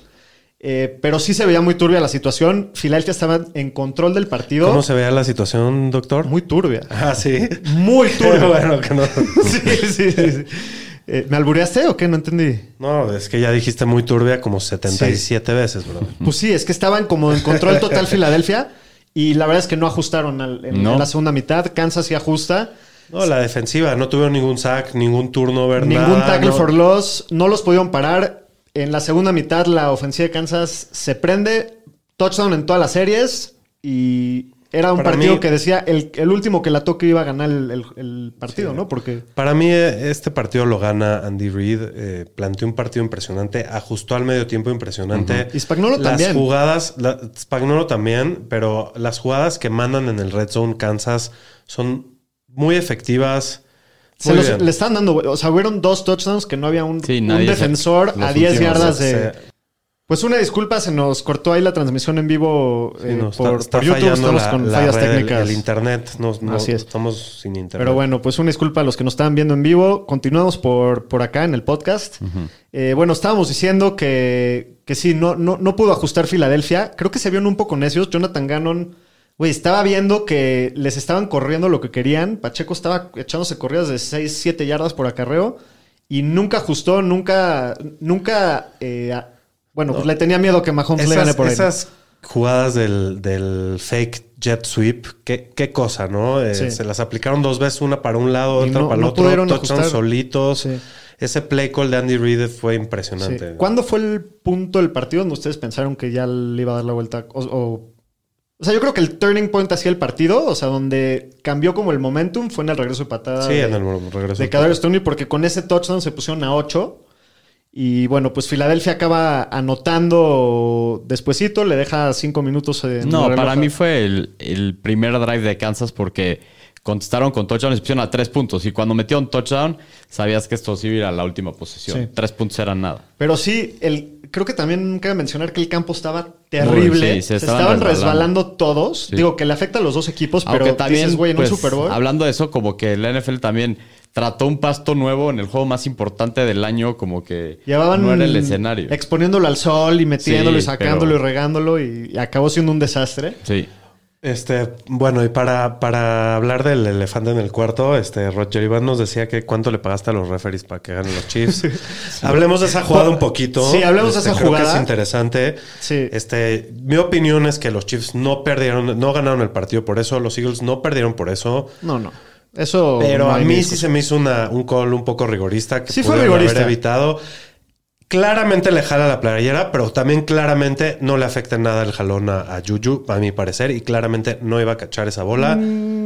Speaker 2: Eh, pero sí se veía muy turbia la situación. Filadelfia estaba en control del partido.
Speaker 3: ¿Cómo se vea la situación, doctor?
Speaker 2: Muy turbia.
Speaker 3: Ah, sí.
Speaker 2: Muy
Speaker 3: Qué
Speaker 2: turbia.
Speaker 3: [laughs] bueno que no.
Speaker 2: [laughs] sí, sí, sí. sí. Eh, ¿Me albureaste o qué? No entendí.
Speaker 3: No, es que ya dijiste muy turbia como 77 veces, bro.
Speaker 2: Pues sí, es que estaban como en control total Filadelfia y la verdad es que no ajustaron al- en,
Speaker 4: No.
Speaker 2: en la segunda mitad. Kansas sí ajusta.
Speaker 3: No, la defensiva. No tuvieron ningún sack, ningún turnover,
Speaker 2: Ningún
Speaker 3: nada,
Speaker 2: tackle
Speaker 3: no.
Speaker 2: for loss. No los pudieron parar. En la segunda mitad la ofensiva de Kansas se prende. Touchdown en todas las series y era un
Speaker 3: Para
Speaker 2: partido
Speaker 3: mí-
Speaker 2: que decía el, el último que la toque iba a ganar el, el- el partido, ¿no? Porque
Speaker 3: Para mí, eh, este partido lo gana Andy Reid. eh, planteó un partido impresionante, ajustó al medio tiempo impresionante.
Speaker 2: Y Spagnuolo
Speaker 3: las
Speaker 2: también.
Speaker 3: jugadas, la- Spagnuolo también, pero las jugadas que mandan en el Red Zone Kansas son muy efectivas.
Speaker 2: se
Speaker 3: Muy
Speaker 2: los-
Speaker 3: bien.
Speaker 2: le están dando... O sea, hubieron dos touchdowns que no había un,
Speaker 4: Sí,
Speaker 2: un
Speaker 4: nadie se-
Speaker 2: defensor
Speaker 4: los
Speaker 2: a 10
Speaker 4: últimos,
Speaker 2: yardas de...
Speaker 3: Se-
Speaker 2: Pues una disculpa, se nos cortó ahí la transmisión en vivo
Speaker 3: sí,
Speaker 2: eh,
Speaker 3: no, está-
Speaker 2: por,
Speaker 3: está
Speaker 2: por YouTube.
Speaker 3: fallando
Speaker 2: Estamos
Speaker 3: la-
Speaker 2: con
Speaker 3: la
Speaker 2: fallas
Speaker 3: red, el-
Speaker 2: técnicas.
Speaker 3: El, internet, nos, no-
Speaker 2: Así es.
Speaker 3: estamos sin internet.
Speaker 2: Pero bueno, pues una disculpa a los que nos estaban viendo en vivo. Continuamos por, por acá en el podcast. Eh, bueno, estábamos diciendo que, que sí, no, no, no pudo ajustar Filadelfia. Creo que se vieron un poco necios. Jonathan Gannon, güey, estaba viendo que les estaban corriendo lo que querían. Pacheco estaba echándose corridas de 6, 7 yardas por acarreo. Y nunca ajustó, nunca, nunca... eh, a- bueno, pues le tenía miedo que Mahomes le gane
Speaker 3: esas,
Speaker 2: por ahí.
Speaker 3: esas jugadas del, del fake jet sweep, qué, qué cosa, ¿no? Eh,
Speaker 2: Sí.
Speaker 3: Se las aplicaron dos veces, una para un lado,
Speaker 2: Y
Speaker 3: otra
Speaker 2: no-
Speaker 3: para el
Speaker 2: no
Speaker 3: otro.
Speaker 2: pudieron
Speaker 3: touchdown
Speaker 2: ajustar.
Speaker 3: solitos.
Speaker 2: Sí.
Speaker 3: Ese play call de Andy Reid fue
Speaker 2: Sí.
Speaker 3: impresionante.
Speaker 2: ¿Cuándo fue el punto del partido donde ustedes pensaron que ya le iba a dar la vuelta? O, o- o sea, yo creo que el turning point hacia el partido, o sea, donde cambió como el momentum, fue en el regreso de patada
Speaker 3: Sí,
Speaker 2: de,
Speaker 3: en el regreso.
Speaker 2: de Kadarius Toney, porque con ese touchdown se pusieron a 8. Y bueno, pues Filadelfia acaba anotando despuesito, le deja 5 minutos en el
Speaker 4: No,
Speaker 2: reloj.
Speaker 4: para mí fue el, el primer drive de Kansas porque contestaron con touchdown y se pusieron a tres puntos. Y cuando metieron touchdown, sabías que esto sí iba a ir a la última posición.
Speaker 2: Sí.
Speaker 4: Tres puntos eran nada.
Speaker 2: Pero sí, el, creo que también cabe mencionar que el campo estaba terrible.
Speaker 4: Sí,
Speaker 2: se,
Speaker 4: se
Speaker 2: estaban,
Speaker 4: estaban
Speaker 2: resbalando, todos.
Speaker 4: Sí.
Speaker 2: Digo que le afecta a los dos equipos, pero
Speaker 4: Aunque también,
Speaker 2: dices, güey, en
Speaker 4: pues,
Speaker 2: un Super Bowl.
Speaker 4: hablando de eso, como que la NFL también trató un pasto nuevo en el juego más importante del año, como que
Speaker 2: Llevaban
Speaker 4: no era el escenario.
Speaker 2: exponiéndolo al sol y metiéndolo y
Speaker 4: Sí,
Speaker 2: sacándolo
Speaker 4: pero-
Speaker 2: y regándolo y, y acabó siendo un desastre.
Speaker 4: Sí.
Speaker 3: Este, bueno, y para, para hablar del elefante en el cuarto, este, Roger Iván nos decía que cuánto le pagaste a los referees para que ganen
Speaker 2: [laughs]
Speaker 3: los Chiefs. Hablemos de esa jugada un poquito.
Speaker 2: Sí, hablemos de
Speaker 3: Este,
Speaker 2: esa
Speaker 3: creo
Speaker 2: jugada.
Speaker 3: que es interesante.
Speaker 2: Sí.
Speaker 3: Este, mi opinión es que los Chiefs no perdieron, no ganaron el partido por eso, los Eagles no perdieron por eso.
Speaker 2: No, no. Eso.
Speaker 3: Pero
Speaker 2: no
Speaker 3: a
Speaker 2: hay
Speaker 3: mí
Speaker 2: discusión.
Speaker 3: sí se me hizo una- un call un poco rigorista que
Speaker 2: Sí fue
Speaker 3: pudieron
Speaker 2: rigorista.
Speaker 3: haber evitado. Claramente le jala la playera, pero también claramente no le afecta en nada el jalón a, a Juju, a mi parecer, y claramente no iba a cachar esa bola.
Speaker 2: Mm.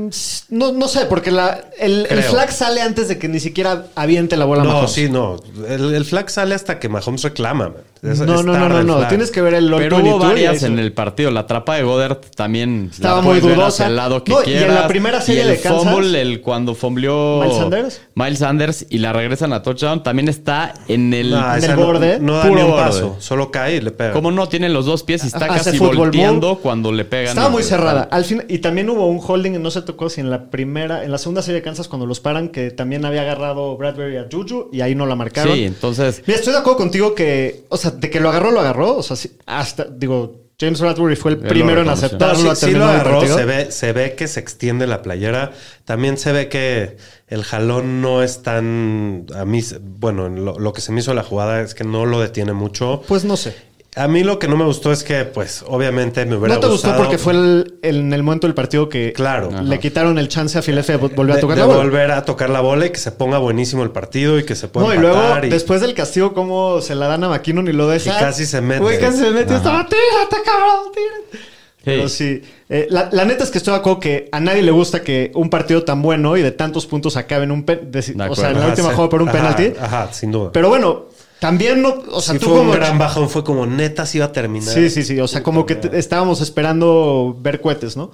Speaker 2: No, no sé, porque la, el, el
Speaker 3: Creo.
Speaker 2: flag sale antes de que ni siquiera aviente la bola
Speaker 3: no,
Speaker 2: Mahomes.
Speaker 3: sí, no. El, el flag sale hasta que Mahomes reclama. man. Es-
Speaker 2: no,
Speaker 3: es
Speaker 2: no, no,
Speaker 3: tarde
Speaker 2: no,
Speaker 3: el
Speaker 2: no.
Speaker 3: flag.
Speaker 2: Tienes que ver el
Speaker 4: Pero
Speaker 2: 22
Speaker 4: hubo
Speaker 2: y ahí
Speaker 4: varias
Speaker 2: se-
Speaker 4: en el partido. La trapa de Goddard también la
Speaker 2: Estaba muy
Speaker 4: puedes ver
Speaker 2: dudosa.
Speaker 4: hacia el lado que
Speaker 2: No, y en
Speaker 4: quieras.
Speaker 2: la primera serie
Speaker 4: Y el
Speaker 2: de Kansas-
Speaker 4: fumble, el cuando fombleó
Speaker 2: ¿Miles Sanders?
Speaker 4: Miles Sanders y la regresan a touchdown, también está en el...
Speaker 3: Ah,
Speaker 2: en
Speaker 3: esa
Speaker 2: el
Speaker 3: no-
Speaker 2: borde,
Speaker 3: No, da
Speaker 4: puro
Speaker 3: ni un
Speaker 4: borde.
Speaker 3: paso, solo cae y le pega.
Speaker 4: Como no tiene los dos pies y está
Speaker 2: Hace
Speaker 4: casi
Speaker 2: fútbol
Speaker 4: volteando
Speaker 2: move.
Speaker 4: cuando le pegan.
Speaker 2: Estaba
Speaker 4: el-
Speaker 2: muy cerrada. Ah, Al fin, y también hubo un holding, no se tocó si en la primera, en la segunda serie de Kansas cuando los paran, que también había agarrado Bradbury a Juju y ahí no la marcaron.
Speaker 4: Sí, entonces...
Speaker 2: Mira, estoy de acuerdo contigo que, o sea, de que lo agarró, lo agarró. O sea, sí, hasta, digo, James Bradbury fue el
Speaker 4: lo
Speaker 2: primero en
Speaker 4: reconoció.
Speaker 3: No,
Speaker 2: aceptarlo.
Speaker 3: sí,
Speaker 2: al
Speaker 3: sí lo
Speaker 2: terminar el
Speaker 3: agarró,
Speaker 2: partido.
Speaker 3: se ve, se ve que se extiende la playera. También se ve que el jalón no es tan. A mí, se- bueno, lo, lo que se me hizo la jugada es que no lo detiene mucho.
Speaker 2: Pues no sé.
Speaker 3: A mí lo que no me gustó es que, pues, obviamente me hubiera
Speaker 2: No te
Speaker 3: gustado.
Speaker 2: gustó porque fue el- el- en el momento del partido que
Speaker 3: Claro.
Speaker 2: le quitaron el chance a Filadelfia de volver a
Speaker 3: de-
Speaker 2: tocar
Speaker 3: de
Speaker 2: la bola.
Speaker 3: volver a tocar la bola y que se ponga buenísimo el partido y que se pueda
Speaker 2: No, y luego,
Speaker 3: empatar y-
Speaker 2: después del castigo, cómo se la dan a McKinnon y lo deja.
Speaker 3: Y casi se mete.
Speaker 2: Güey, casi se mete.
Speaker 4: Ajá.
Speaker 2: Estaba, tírate, cabrón, tírate. Pero sí, eh, la, la neta es que estoy de acuerdo que a nadie le gusta que un partido tan bueno y de tantos puntos acabe en un pen- de- o sea, en la
Speaker 3: Ajá,
Speaker 2: última
Speaker 3: sí.
Speaker 2: jugada por un
Speaker 3: Ajá,
Speaker 2: penalti.
Speaker 3: Ajá, sin duda.
Speaker 2: Pero bueno, también no, o sea,
Speaker 3: Sí
Speaker 2: tú
Speaker 3: fue
Speaker 2: como
Speaker 3: un gran bajón, fue como neta si iba a terminar.
Speaker 2: Sí, sí, sí. O sea, como que te- estábamos esperando ver cohetes, ¿no?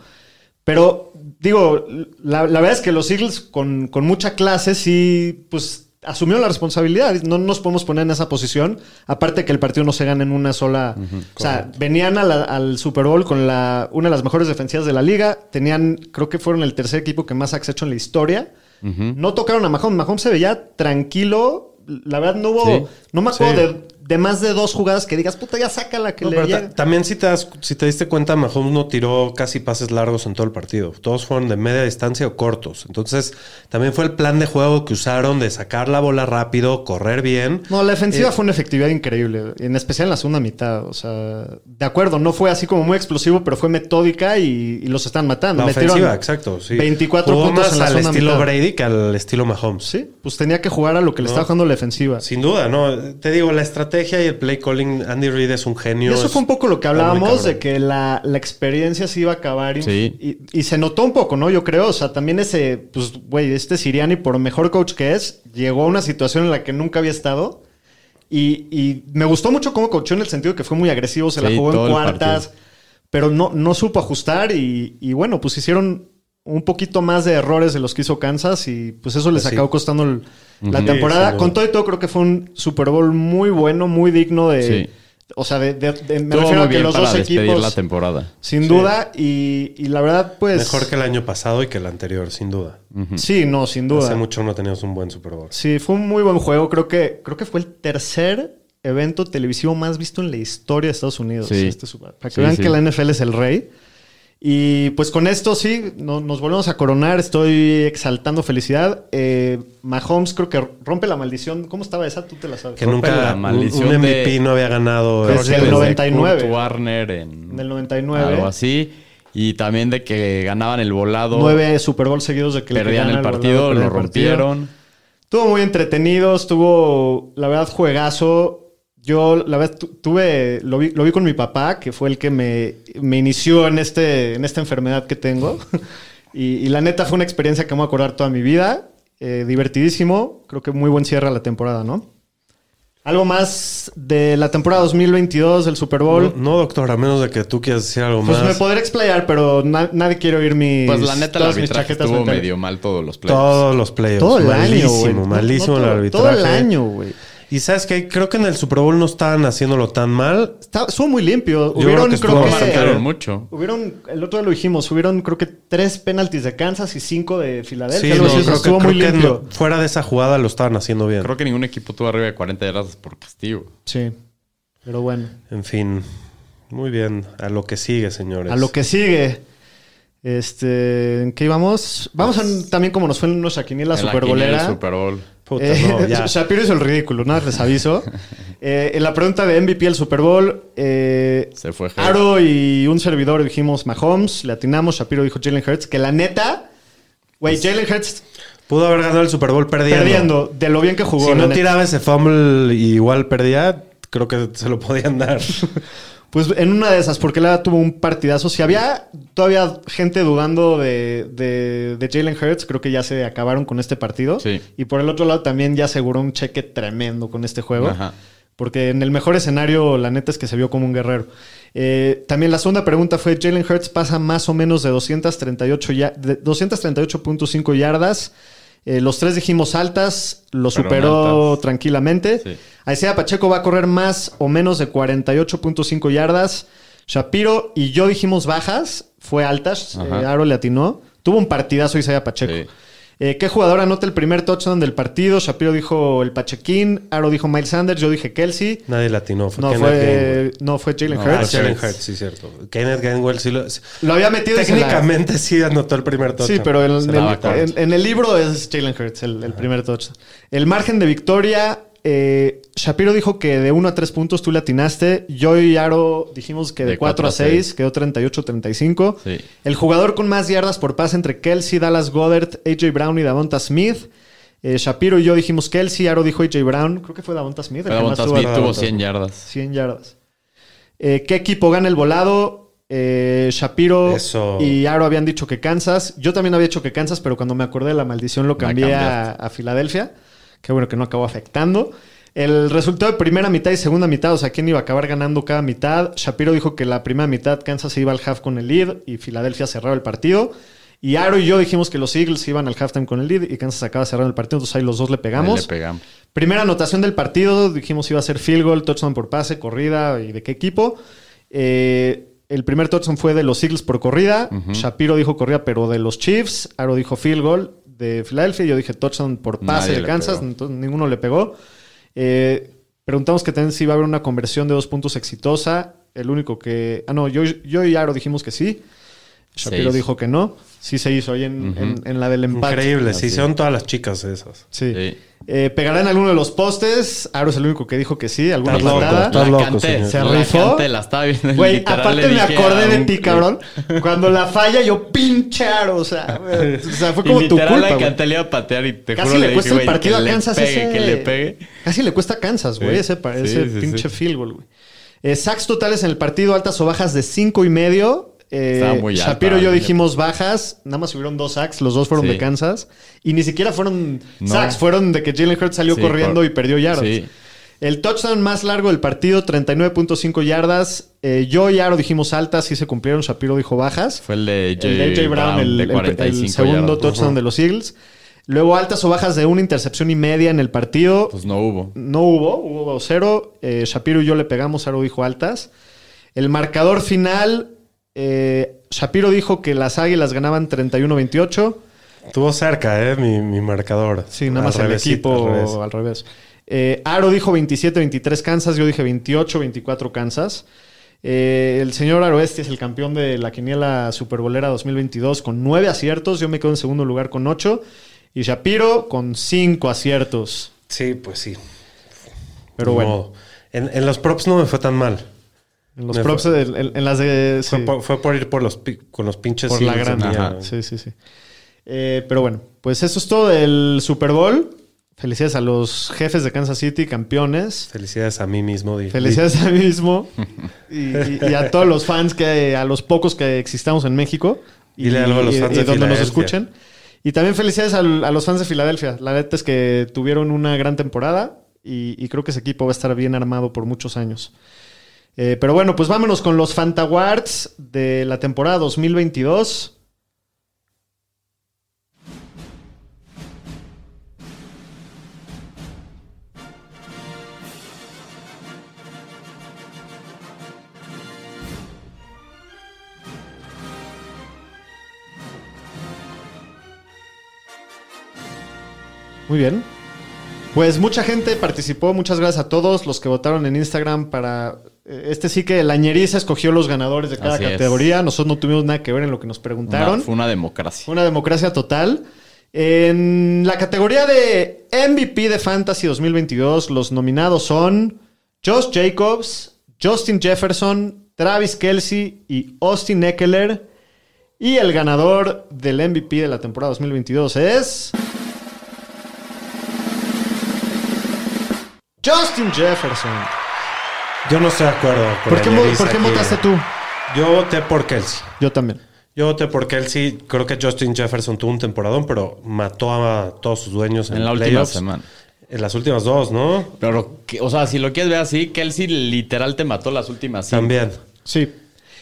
Speaker 2: Pero, digo, la, la verdad es que los Eagles con, con mucha clase sí, pues, asumieron la responsabilidad. No nos podemos poner en esa posición. Aparte que el partido no se gana en una sola... o sea, venían a la- al Super Bowl con la, una de las mejores defensivas de la liga. Tenían, creo que fueron el tercer equipo que más sacks hecho en la historia. No tocaron a Mahomes. Mahomes se veía tranquilo. La verdad no hubo...
Speaker 4: Sí.
Speaker 2: No me acuerdo
Speaker 3: Sí.
Speaker 2: de de más de dos jugadas que digas, puta, ya sácala que
Speaker 3: No,
Speaker 2: le
Speaker 3: pero ta-
Speaker 2: llegue".
Speaker 3: también si te, das, si te diste cuenta, Mahomes no tiró casi pases largos en todo el partido. Todos fueron de media distancia o cortos. Entonces, también fue el plan de juego que usaron de sacar la bola rápido, correr bien.
Speaker 2: No, la defensiva fue una efectividad increíble, en especial en la segunda mitad. O sea, de acuerdo, no fue así como muy explosivo, pero fue metódica y, y los están matando.
Speaker 3: La
Speaker 2: Metieron
Speaker 3: ofensiva, exacto. Sí.
Speaker 2: 24
Speaker 3: Jugó
Speaker 2: puntos
Speaker 3: más
Speaker 2: en la
Speaker 3: al
Speaker 2: segunda
Speaker 3: estilo
Speaker 2: mitad.
Speaker 3: Brady que al estilo Mahomes.
Speaker 2: Sí, pues tenía que jugar a lo que le estaba jugando la defensiva.
Speaker 3: Sin duda, ¿no? Te digo, la estrategia y el play calling, Andy Reid es un
Speaker 2: Y
Speaker 3: genio.
Speaker 2: eso
Speaker 3: es-
Speaker 2: fue un poco lo que
Speaker 3: está muy
Speaker 2: hablábamos
Speaker 3: cabrón.
Speaker 2: de que la, la experiencia se iba a acabar y,
Speaker 4: Sí.
Speaker 2: y- y se notó un poco, ¿no? Yo creo, o sea, también ese, pues, güey, este Siriani, por mejor coach que es, llegó a una situación en la que nunca había estado y, y me gustó mucho cómo coachó en el sentido que fue muy agresivo, se la
Speaker 4: Sí,
Speaker 2: jugó en
Speaker 4: todo el
Speaker 2: cuartas, pero no, no supo ajustar y, y bueno, pues hicieron un poquito más de errores de los que hizo Kansas y pues eso les
Speaker 3: Pues sí.
Speaker 2: acabó costando el- la
Speaker 3: Ujú. Sí,
Speaker 2: temporada.
Speaker 3: sin duda.
Speaker 2: Con todo y todo creo que fue un Super Bowl muy bueno, muy digno de...
Speaker 4: Sí.
Speaker 2: O sea, de, de- de- me refiero
Speaker 4: Estuvo muy
Speaker 2: a que
Speaker 4: bien
Speaker 2: los
Speaker 4: para
Speaker 2: dos
Speaker 4: despedir
Speaker 2: equipos,
Speaker 4: la temporada.
Speaker 2: sin
Speaker 3: Sí.
Speaker 2: duda, y, y la verdad, pues...
Speaker 3: Mejor que el año pasado y que el anterior, sin duda.
Speaker 2: Sí, no, sin duda.
Speaker 3: Hace mucho no teníamos un buen Super Bowl.
Speaker 2: Sí, fue un muy buen juego. Creo que, creo que fue el tercer evento televisivo más visto en la historia de Estados Unidos.
Speaker 4: Sí.
Speaker 2: Este Super- para que
Speaker 4: Sí,
Speaker 2: vean
Speaker 4: sí.
Speaker 2: que la NFL es el rey. Y pues con esto sí, no- nos volvemos a coronar. Estoy exaltando felicidad. Eh, Mahomes creo que rompe la maldición. ¿Cómo estaba esa? Tú te la sabes.
Speaker 3: Que
Speaker 4: Rompe
Speaker 3: nunca
Speaker 4: la
Speaker 3: un-
Speaker 4: maldición
Speaker 3: un MVP
Speaker 4: de-
Speaker 3: no había ganado.
Speaker 2: Desde
Speaker 3: este el
Speaker 2: Pues el
Speaker 4: Desde
Speaker 2: 99.
Speaker 4: Kurt Warner en,
Speaker 2: En el 99.
Speaker 4: Algo así. Y también de que ganaban el volado.
Speaker 2: Nueve Super Bowl seguidos de que le
Speaker 4: perdían
Speaker 2: gana
Speaker 4: el
Speaker 2: volado,
Speaker 4: partido,
Speaker 2: perdían
Speaker 4: lo
Speaker 2: el partido.
Speaker 4: rompieron.
Speaker 2: Estuvo muy entretenido, estuvo, la verdad, juegazo. Yo, la verdad, tu- tuve, lo vi, lo vi con mi papá, que fue el que me, me inició en, este, en esta enfermedad que tengo. [laughs] Y, y la neta fue una experiencia que me voy a acordar toda mi vida. Eh, divertidísimo. Creo que muy buen cierre a la temporada, ¿no? Algo más de la temporada 2022 del Super
Speaker 3: No,
Speaker 2: Bowl.
Speaker 4: Mm,
Speaker 3: no, doctor, a menos de que tú quieras decir algo
Speaker 2: Pues me
Speaker 3: más.
Speaker 2: podré explayar, pero na- nadie quiere oír mis.
Speaker 4: Pues la neta, el
Speaker 2: todas mis
Speaker 4: arbitraje
Speaker 2: chaquetas
Speaker 4: estuvo
Speaker 2: mentales.
Speaker 4: medio mal todos los playoffs.
Speaker 3: Todos los playoffs.
Speaker 2: Todo el año,
Speaker 3: malísimo,
Speaker 2: güey. No, no
Speaker 3: Malísimo
Speaker 2: todo-
Speaker 3: el arbitraje.
Speaker 2: Todo el año, güey.
Speaker 3: Y sabes que creo que en el Super Bowl no estaban haciéndolo tan mal.
Speaker 2: Está- estuvo muy limpio.
Speaker 3: creo
Speaker 2: hubieron,
Speaker 3: que
Speaker 2: creo
Speaker 3: estuvo
Speaker 2: que.
Speaker 3: bastante
Speaker 4: Marcaron
Speaker 3: eh,
Speaker 4: mucho.
Speaker 2: Hubieron, el otro día lo dijimos, hubieron creo que tres penaltis de Kansas y cinco de
Speaker 3: Sí,
Speaker 2: Filadelfia.
Speaker 3: no,
Speaker 2: algo así, o sea,
Speaker 3: creo que,
Speaker 2: estuvo muy
Speaker 3: creo que
Speaker 2: limpio.
Speaker 3: no- fuera de esa jugada lo estaban haciendo bien.
Speaker 4: Creo que ningún equipo tuvo arriba de 40 yardas por castigo.
Speaker 2: Sí, pero bueno.
Speaker 3: En fin, muy bien. A lo que sigue, señores.
Speaker 2: A lo que sigue. Este, ¿en qué íbamos? Vamos a también como nos fue en nuestra quiniela
Speaker 4: En la quiniela del
Speaker 2: superbolera.
Speaker 4: Super Bowl.
Speaker 3: Pues. Puta,
Speaker 2: Eh, [laughs]
Speaker 3: no, ya.
Speaker 2: Shapiro hizo el ridículo, nada, les
Speaker 3: [laughs]
Speaker 2: aviso. Eh, en la pregunta de MVP del Super Bowl, eh,
Speaker 4: Se fue Hurts.
Speaker 2: Aro y un servidor dijimos Mahomes, le atinamos, Shapiro dijo Jalen Hurts, que la neta, güey, Jalen Hurts
Speaker 3: Pudo haber ganado el Super Bowl perdiendo.
Speaker 2: perdiendo de lo bien que jugó.
Speaker 3: Si
Speaker 2: la
Speaker 3: no
Speaker 2: neta.
Speaker 3: tiraba ese fumble y igual perdía, creo que se lo podían dar.
Speaker 2: Pues en una de esas, porque la tuvo un partidazo. Si había todavía gente dudando de, de- de Jalen Hurts, creo que ya se acabaron con este partido.
Speaker 4: Sí.
Speaker 2: Y por el otro lado también ya aseguró un cheque tremendo con este juego.
Speaker 4: Ajá.
Speaker 2: Porque en el mejor escenario, la neta es que se vio como un guerrero. Eh, también la segunda pregunta fue: Jalen Hurts pasa más o menos de 238 ya- de 238.5 yardas. Eh, los tres dijimos altas, lo
Speaker 4: Fueron
Speaker 2: superó
Speaker 4: altas.
Speaker 2: tranquilamente.
Speaker 4: Sí.
Speaker 2: Aisea Pacheco va a correr más o menos de 48.5 yardas. Shapiro y yo dijimos bajas, fue altas.
Speaker 4: Ajá.
Speaker 2: eh, Aro le atinó. Tuvo un partidazo Isaiah Pacheco.
Speaker 4: Sí.
Speaker 2: Eh, ¿Qué jugador anota el primer touchdown del partido? Shapiro dijo el Pachequín, Aro dijo Miles Sanders, yo dije Kelsey.
Speaker 3: [laughs] Nadie latinó. Fue
Speaker 2: No
Speaker 3: Kenneth Gainwell.
Speaker 2: fue, no fue Jalen
Speaker 4: No,
Speaker 3: Ah,
Speaker 2: Hurts.
Speaker 3: Jalen Hurts, sí, cierto. Kenneth Gainwell sí lo.
Speaker 2: Lo había metido y se la-
Speaker 3: Técnicamente sí anotó el primer touchdown.
Speaker 2: Sí, pero en,
Speaker 3: Se
Speaker 2: en-
Speaker 3: la va a cortar.
Speaker 2: en- en el libro es Jalen Hurts, el, el primer touchdown. El margen de victoria, eh, Shapiro dijo que de 1 a 3 puntos tú le atinaste. Yo y Aro dijimos que de,
Speaker 4: De
Speaker 2: 4 a 6, quedó 38-35.
Speaker 4: Sí.
Speaker 2: El jugador con más yardas por pase entre Kelsey, Dallas Goddard, AJ Brown y Davonta Smith. Eh, Shapiro y yo dijimos Kelsey, Aro dijo AJ Brown. Creo que fue Davonta Smith. el que más
Speaker 4: Davonta
Speaker 2: tuvo-
Speaker 4: Smith tuvo
Speaker 3: Davonta.
Speaker 4: 100 yardas.
Speaker 2: 100 yardas. Eh, ¿Qué equipo gana el volado? Eh, Shapiro
Speaker 3: Eso.
Speaker 2: y Aro habían dicho que Kansas. Yo también había dicho que Kansas, pero cuando me acordé de la maldición lo
Speaker 4: La
Speaker 2: cambié a, a Filadelfia. Qué bueno que no acabó afectando. El resultado de primera mitad y segunda mitad, o sea, quién iba a acabar ganando cada mitad. Shapiro dijo que la primera mitad Kansas se iba al half con el lead y Filadelfia cerraba el partido. Y Aro y yo dijimos que los Eagles iban al halftime con el lead y Kansas acaba cerrando el partido. Entonces ahí los dos le pegamos.
Speaker 4: Ahí Le pegamos.
Speaker 2: Primera anotación del partido, dijimos iba a ser field goal, touchdown por pase, corrida y de qué equipo. Eh, el primer touchdown fue de los Eagles por corrida. Shapiro dijo corrida, pero de los Chiefs. Aro dijo field goal de Filadelfia. Yo dije touchdown por pase
Speaker 4: Nadie
Speaker 2: de
Speaker 4: le
Speaker 2: Kansas.
Speaker 4: pegó.
Speaker 2: Entonces ninguno le pegó. Eh, Preguntamos que también si va a haber una conversión de dos puntos exitosa. El único que. Ah, no, yo, yo y Aro dijimos que sí. Shapiro
Speaker 4: hizo.
Speaker 2: dijo que no. Sí se hizo ahí en,
Speaker 4: Ujú.
Speaker 2: en- en la del empate.
Speaker 3: Increíble, sí,
Speaker 4: Así.
Speaker 3: son todas las chicas esas.
Speaker 2: Sí.
Speaker 4: Sí.
Speaker 2: Eh, ¿Pegará en alguno de los postes? Aro es el único que dijo que sí. ¿Alguna
Speaker 3: Estás loco,
Speaker 2: patada?
Speaker 3: estás
Speaker 4: la
Speaker 3: loco,
Speaker 4: canté,
Speaker 3: señor.
Speaker 2: Se
Speaker 4: la
Speaker 2: rifó.
Speaker 4: canté, la estaba viendo.
Speaker 2: Güey,
Speaker 4: literal, le
Speaker 2: aparte me
Speaker 4: dije
Speaker 2: acordé
Speaker 4: a
Speaker 2: de
Speaker 4: un-
Speaker 2: ti,
Speaker 4: [laughs]
Speaker 2: cabrón. Cuando la falla, yo pinche aro. O sea, güey, o sea, fue
Speaker 4: Y
Speaker 2: como tu
Speaker 4: literal
Speaker 2: culpa.
Speaker 4: la
Speaker 2: güey.
Speaker 4: canté, le iba a patear y te
Speaker 2: Casi
Speaker 4: juro
Speaker 2: le
Speaker 4: dije,
Speaker 2: cuesta
Speaker 4: güey,
Speaker 2: el partido a
Speaker 4: que le
Speaker 2: Kansas
Speaker 4: pegue,
Speaker 2: ese.
Speaker 4: Que le pegue.
Speaker 2: Casi le cuesta a Kansas, güey,
Speaker 4: Sí.
Speaker 2: ese, pa-
Speaker 4: Sí,
Speaker 2: ese
Speaker 4: sí, sí.
Speaker 2: pinche field goal, güey. Eh, sacks totales en el partido, altas o bajas de cinco y medio. Eh,
Speaker 4: Estaba muy alta,
Speaker 2: Shapiro y yo
Speaker 4: la
Speaker 2: dijimos bajas, nada más subieron dos sacks, los dos fueron
Speaker 4: Sí.
Speaker 2: de Kansas. Y ni siquiera fueron
Speaker 4: No.
Speaker 2: sacks, fueron de que Jalen Hurts salió
Speaker 4: Sí,
Speaker 2: corriendo
Speaker 4: cor-
Speaker 2: y perdió yardas.
Speaker 4: Sí.
Speaker 2: El touchdown más largo del partido, 39.5 yardas. Eh, yo y Aro dijimos altas, sí se cumplieron. Shapiro dijo bajas.
Speaker 4: Fue el de
Speaker 2: El de AJ Brown, el, el-
Speaker 4: de
Speaker 2: el
Speaker 4: 45
Speaker 2: segundo
Speaker 4: yardas.
Speaker 2: touchdown de los Eagles. Luego altas o bajas de una intercepción y media en el partido.
Speaker 4: Pues no hubo.
Speaker 2: no hubo, hubo cero. Eh, Shapiro y yo le pegamos, Aro dijo altas. El marcador final, eh, Shapiro dijo que las Águilas ganaban 31-28.
Speaker 3: Estuvo cerca, ¿eh? Mi, mi marcador.
Speaker 2: Sí, nada más
Speaker 3: Al
Speaker 2: el
Speaker 3: revés, sí,
Speaker 2: equipo
Speaker 3: al
Speaker 2: al
Speaker 3: revés.
Speaker 2: revés. Eh, Aro dijo 27-23 Kansas, yo dije 28-24 Kansas. Eh, el señor Aroesti es el campeón de la quiniela superbolera 2022 con 9 aciertos, yo me quedo en segundo lugar con 8 y Shapiro con 5 aciertos.
Speaker 3: Sí, pues sí.
Speaker 2: Pero
Speaker 3: Ni
Speaker 2: bueno.
Speaker 3: modo. En, en los props no me fue tan mal.
Speaker 2: En los
Speaker 3: Me
Speaker 2: props, del- en, en las de...
Speaker 3: Fue,
Speaker 2: sí,
Speaker 3: por, fue por ir por los, pi- con los pinches
Speaker 2: por la
Speaker 3: Eagles de
Speaker 2: grande.
Speaker 3: mierda.
Speaker 4: Ajá.
Speaker 2: Sí, sí, sí. Eh, pero bueno, pues eso es todo del Super Bowl. Felicidades a los jefes de Kansas City, campeones.
Speaker 3: Felicidades a mí mismo. di-
Speaker 2: Felicidades a mí
Speaker 3: [laughs]
Speaker 2: mismo y, y- y a todos los fans que, a los pocos que existamos en México
Speaker 3: Dile algo a los fans de
Speaker 2: donde nos
Speaker 3: Filadelfia.
Speaker 2: escuchen. Y también felicidades al- a, los fans de Filadelfia. La neta es que tuvieron una gran temporada y, y creo que ese equipo va a estar bien armado por muchos años. Eh, pero bueno, pues vámonos con los Fantawards de la temporada 2022. Muy bien. Pues mucha gente participó, muchas gracias a todos los que votaron en Instagram para... eh, Este sí que la ñeriza escogió los ganadores de cada
Speaker 4: Así es.
Speaker 2: categoría. Nosotros no tuvimos nada que ver en lo que nos
Speaker 4: Una-
Speaker 2: preguntaron.
Speaker 4: fue una democracia.
Speaker 2: Una democracia total. En la categoría de MVP de Fantasy 2022, los nominados son Josh Jacobs, Justin Jefferson, Travis Kelsey y Austin Eckler. Y el ganador del MVP de la temporada 2022 es... Justin Jefferson.
Speaker 3: Yo no estoy de acuerdo. con
Speaker 2: ¿Por qué,
Speaker 3: la
Speaker 2: mo-
Speaker 3: ñeriza
Speaker 2: por qué
Speaker 3: aquí,
Speaker 2: votaste
Speaker 3: eh.
Speaker 2: tú?
Speaker 3: Yo voté por Kelsey.
Speaker 2: Yo también.
Speaker 3: Yo voté por Kelsey. Creo que Justin Jefferson tuvo un temporadón, pero mató a todos sus dueños en,
Speaker 4: En la última
Speaker 3: playoffs.
Speaker 4: semana.
Speaker 3: En las últimas dos, ¿no?
Speaker 4: Pero, que- o sea, si lo quieres ver así, Kelsey literal te mató las últimas. cinco.
Speaker 3: También,
Speaker 2: Sí.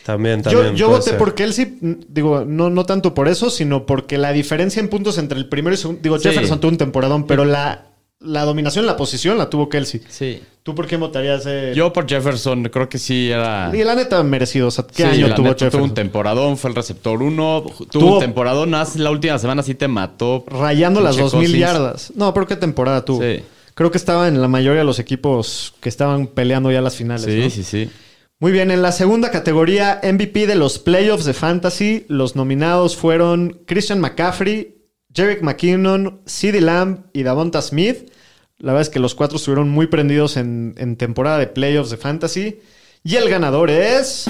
Speaker 3: también,
Speaker 2: Yo,
Speaker 3: también.
Speaker 2: yo
Speaker 3: puede
Speaker 2: voté
Speaker 3: ser.
Speaker 2: por Kelsey, n- digo, no, no tanto por eso, sino porque la diferencia en puntos entre el primero y segundo. Digo,
Speaker 4: Sí.
Speaker 2: Jefferson tuvo un temporadón, pero la, la dominación, en la posición la tuvo Kelsey.
Speaker 4: Sí.
Speaker 2: ¿Tú por qué votarías? eh?
Speaker 4: Yo por Jefferson, creo que sí era.
Speaker 2: Y la neta, merecido. O sea, ¿qué
Speaker 4: Sí,
Speaker 2: año
Speaker 4: la
Speaker 2: tuvo
Speaker 4: neta,
Speaker 2: Jefferson?
Speaker 4: tuvo un temporadón, fue el receptor 1, tuvo,
Speaker 2: Tuvo-
Speaker 4: un temporadón, más la última semana sí te mató.
Speaker 2: Rayando las
Speaker 4: Pinche
Speaker 2: 2000
Speaker 4: Cousins.
Speaker 2: yardas. No, pero qué temporada tuvo.
Speaker 4: Sí.
Speaker 2: Creo que estaba en la mayoría de los equipos que estaban peleando ya las finales.
Speaker 4: Sí,
Speaker 2: ¿no?
Speaker 4: sí, sí.
Speaker 2: Muy bien, en la segunda categoría, MVP de los playoffs de fantasy, los nominados fueron Christian McCaffrey, Jerick McKinnon, CeeDee Lamb y Davonta Smith. La verdad es que los cuatro estuvieron muy prendidos en, en temporada de playoffs de fantasy. Y el ganador es.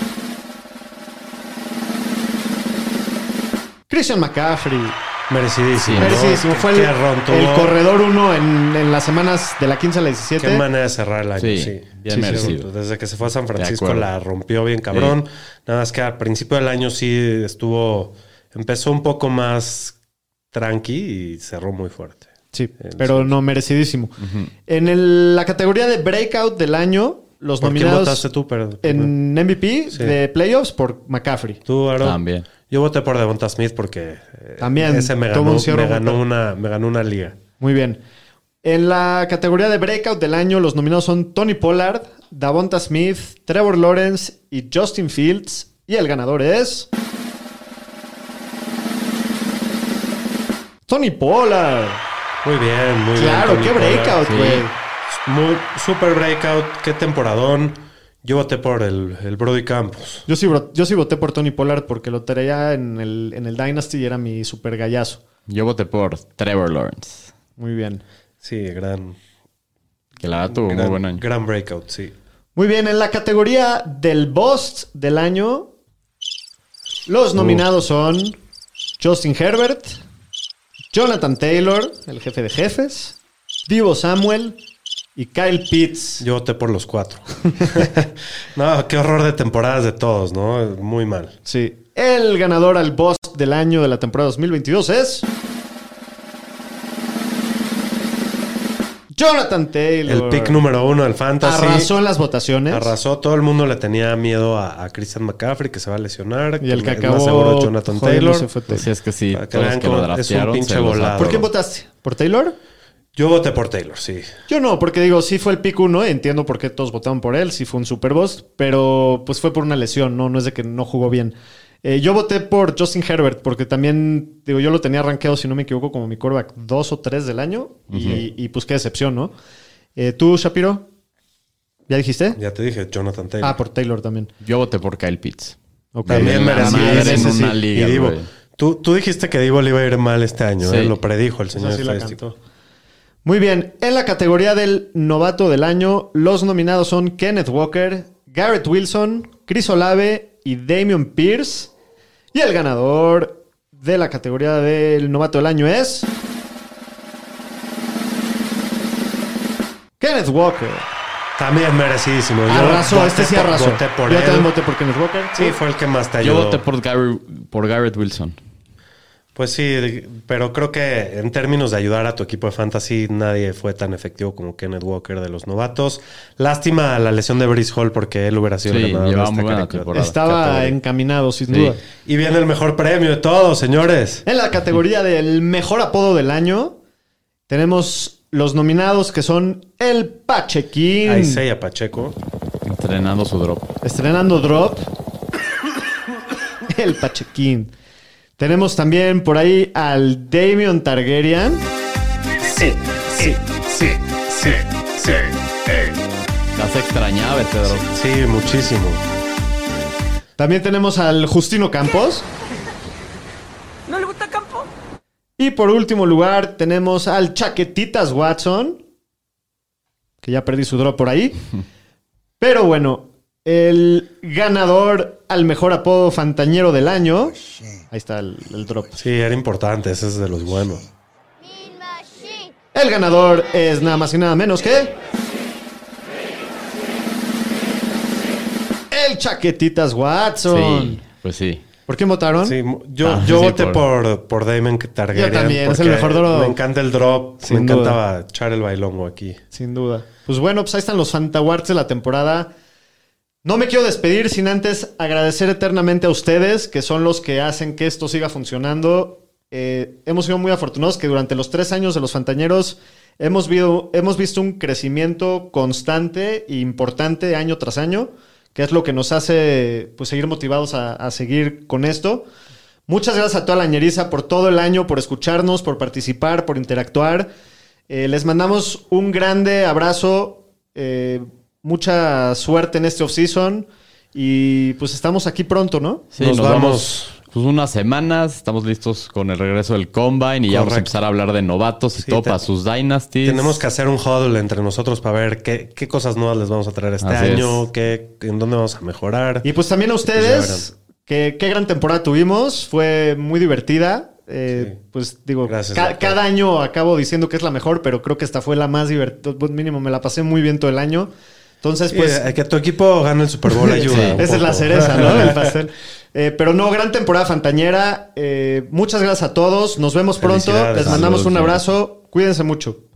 Speaker 2: Christian McCaffrey.
Speaker 3: Merecidísimo. ¿no?
Speaker 2: Merecidísimo. Fue el,
Speaker 3: Qué ron tuvo.
Speaker 2: el corredor uno en, en las semanas de la 15 a la 17.
Speaker 3: Qué manera de cerrar el año. Sí, pues
Speaker 4: Sí, bien merecido.
Speaker 3: Desde que se fue a San
Speaker 4: De
Speaker 3: Francisco
Speaker 4: acuerdo.
Speaker 3: la rompió bien cabrón. Nada más que al principio del año sí estuvo. Empezó un poco más tranqui y cerró muy fuerte.
Speaker 2: Sí, pero no merecidísimo. En el- la categoría de breakout del año, los
Speaker 3: ¿Por qué
Speaker 2: nominados
Speaker 3: votaste tú, perdón?
Speaker 2: en MVP
Speaker 3: Sí.
Speaker 2: de playoffs por McCaffrey.
Speaker 3: Tú, Aaron.
Speaker 4: También.
Speaker 3: Yo voté por Devonta Smith porque eh,
Speaker 2: También
Speaker 3: ese me
Speaker 2: tuvo
Speaker 3: ganó,
Speaker 2: un cierre
Speaker 3: me ganó
Speaker 2: brutal.
Speaker 3: una, me ganó una liga.
Speaker 2: Muy bien. En la categoría de breakout del año, los nominados son Tony Pollard, Davonta Smith, Trevor Lawrence y Justin Fields. Y el ganador es. Tony Pollard.
Speaker 3: Muy bien, muy bien.
Speaker 2: Claro,
Speaker 3: Tony
Speaker 2: qué
Speaker 3: Pollard.
Speaker 2: breakout,
Speaker 4: sí.
Speaker 2: güey.
Speaker 3: Muy, super breakout, qué temporadón. Yo voté por el, el Brody Campos.
Speaker 2: Yo sí, bro- yo sí voté por Tony Pollard porque lo traía en el, en el Dynasty y era mi super gallazo.
Speaker 4: Yo voté por Trevor Lawrence,
Speaker 2: Muy bien.
Speaker 3: Sí, gran,
Speaker 4: que la verdad tuvo
Speaker 3: gran,
Speaker 4: muy buen año.
Speaker 3: gran breakout, sí.
Speaker 2: Muy bien, en la categoría del Bust del año, los nominados son Justin Herbert, Jonathan Taylor, el jefe de jefes, Divo Samuel y Kyle Pitts.
Speaker 3: Yo voté por los cuatro. [laughs] no, qué horror de temporadas de todos, ¿no? Muy mal.
Speaker 2: Sí, el ganador al Bust del año de la temporada 2022 es. Jonathan Taylor.
Speaker 3: El pick número uno del Fantasy.
Speaker 2: Arrasó ¿eh? en las votaciones.
Speaker 3: Arrasó, todo el mundo le tenía miedo a, a Christian McCaffrey que se va a lesionar.
Speaker 2: Y el que
Speaker 3: es más
Speaker 2: acabó.
Speaker 3: seguro Jonathan
Speaker 2: jodiéndose
Speaker 3: Taylor.
Speaker 2: fue Taylor.
Speaker 4: Si es que sí,
Speaker 3: Para que
Speaker 4: todos
Speaker 3: vean
Speaker 4: que lo
Speaker 3: cómo es un
Speaker 4: draftearon.
Speaker 3: pinche
Speaker 4: se los
Speaker 3: volado.
Speaker 4: apro-
Speaker 2: ¿Por qué votaste? ¿Por Taylor?
Speaker 3: Yo voté por Taylor, sí.
Speaker 2: Yo no, porque digo, sí fue el pick uno, entiendo por qué todos votaron por él, sí fue un super boss, pero pues fue por una lesión, no, no es de que no jugó bien. Eh, yo voté por Justin Herbert, porque también, digo, yo lo tenía rankeado, si no me equivoco, como mi quarterback dos o tres del año, y, y, pues qué decepción, ¿no? Eh, ¿Tú, Shapiro? ¿Ya dijiste?
Speaker 3: Ya te dije, Jonathan Taylor.
Speaker 2: Ah, por Taylor también.
Speaker 4: Yo voté por Kyle Pitts.
Speaker 2: Ok.
Speaker 3: También
Speaker 4: Me
Speaker 3: merecía.
Speaker 4: madre
Speaker 3: Sí,
Speaker 4: en
Speaker 3: sí,
Speaker 4: una
Speaker 3: sí.
Speaker 4: liga,
Speaker 3: y Divo.
Speaker 4: güey.
Speaker 3: Tú, tú dijiste que Divo le iba a ir mal este año,
Speaker 4: Sí.
Speaker 3: ¿eh? lo predijo el
Speaker 2: Esa
Speaker 3: señor
Speaker 2: sí la
Speaker 3: estadístico.
Speaker 2: cantó. Muy bien, en la categoría del novato del año, los nominados son Kenneth Walker, Garrett Wilson, Chris Olave y Damian Pierce. Y el ganador de la categoría del novato del año es. Kenneth Walker.
Speaker 3: También merecidísimo. Pues
Speaker 4: Ah,
Speaker 3: Yo
Speaker 2: Arrasó,
Speaker 3: voté
Speaker 2: este sí
Speaker 3: por-
Speaker 2: arrasó.
Speaker 3: Voté por
Speaker 2: Yo
Speaker 3: él.
Speaker 2: también voté por Kenneth Walker.
Speaker 3: Sí, fue el que más te ayudó.
Speaker 4: Yo voté por, Gary- por Garrett Wilson.
Speaker 3: Pues sí, pero creo que en términos de ayudar a tu equipo de fantasy, nadie fue tan efectivo como Kenneth Walker de los novatos. Lástima la lesión de Brice Hall porque él hubiera sido
Speaker 4: Sí,
Speaker 3: el ganador. de
Speaker 4: llevaba
Speaker 3: esta
Speaker 4: muy buena
Speaker 3: caricatura.
Speaker 4: temporada.
Speaker 2: Estaba
Speaker 3: Categoría.
Speaker 2: encaminado, sin
Speaker 4: Sí.
Speaker 2: duda.
Speaker 3: Y viene el mejor premio de todos, señores.
Speaker 2: En la categoría del mejor apodo del año, tenemos los nominados que son el Pachequín,
Speaker 3: Isaiah Pacheco.
Speaker 4: Entrenando su drop.
Speaker 2: estrenando Drop. El Pachequín. Tenemos también por ahí al Damion Targaryen.
Speaker 3: Sí, sí, sí, sí, sí.
Speaker 4: Las extrañaba este drop.
Speaker 3: Sí, muchísimo.
Speaker 2: También tenemos al Justino Campos.
Speaker 5: ¿No le gusta campo?
Speaker 2: Y por último lugar tenemos al Chaquetitas Watson, que ya perdí su drop por ahí. Pero bueno, el ganador al mejor apodo fantañero del año. Ahí está el, el drop.
Speaker 3: Sí, era importante, ese es de los buenos.
Speaker 6: Mean Machine.
Speaker 2: El ganador es nada más y nada menos que... El Chaquetitas Watson.
Speaker 4: Sí, pues sí.
Speaker 2: ¿Por quién votaron?
Speaker 3: Sí, mo- yo,
Speaker 4: Ah,
Speaker 3: yo
Speaker 4: sí,
Speaker 3: voté por, por, Damon Targaryen.
Speaker 2: Yo también, es
Speaker 3: porque
Speaker 2: el mejor dro-
Speaker 3: Me encanta el drop,
Speaker 2: Sin
Speaker 3: me
Speaker 2: duda.
Speaker 3: encantaba echar el bailongo aquí.
Speaker 2: Sin duda. Pues bueno, pues ahí están los Fantawarts de la temporada. No me quiero despedir sin antes agradecer eternamente a ustedes, que son los que hacen que esto siga funcionando. Eh, hemos sido muy afortunados que durante los tres años de los Fantañeros hemos, vido- hemos visto un crecimiento constante e importante año tras año, que es lo que nos hace pues, seguir motivados a, a seguir con esto. Muchas gracias a toda la ñeriza por todo el año, por escucharnos, por participar, por interactuar. Eh, les mandamos un grande abrazo, eh, mucha suerte en este offseason y pues estamos aquí pronto, ¿no?
Speaker 4: Sí,
Speaker 3: Nos
Speaker 4: nos,
Speaker 3: vamos.
Speaker 4: vamos. pues unas semanas, estamos listos con el regreso del Combine y ya vamos a
Speaker 3: Correcto.
Speaker 4: empezar a hablar de novatos y
Speaker 3: Sí,
Speaker 4: todo
Speaker 3: te-
Speaker 4: para sus dynasties.
Speaker 3: Tenemos que hacer un huddle entre nosotros para ver qué, qué cosas nuevas les vamos a traer este
Speaker 4: Así
Speaker 3: año,
Speaker 4: es.
Speaker 3: qué, en dónde vamos a mejorar.
Speaker 2: Y pues también a
Speaker 3: Pues ya
Speaker 2: ustedes,
Speaker 3: verán.
Speaker 2: que qué gran temporada tuvimos, fue muy divertida. Eh,
Speaker 3: Sí.
Speaker 2: Pues digo,
Speaker 3: Gracias
Speaker 2: ca-
Speaker 3: a todos.
Speaker 2: cada año acabo diciendo que es la mejor, pero creo que esta fue la más divertida, pues, mínimo me la pasé muy bien todo el año. Entonces,
Speaker 3: Sí,
Speaker 2: pues
Speaker 3: eh, que tu equipo gane el Super
Speaker 2: [laughs]
Speaker 3: Bowl ayuda. un
Speaker 2: Esa es la
Speaker 3: poco.
Speaker 2: cereza, ¿no? Del pastel. Eh, pero no, gran temporada fantañera. Eh, muchas gracias a todos. Nos vemos pronto.
Speaker 3: Felicidades.
Speaker 2: Les mandamos
Speaker 4: Saludos,
Speaker 2: un
Speaker 4: Jorge.
Speaker 2: abrazo. Cuídense mucho.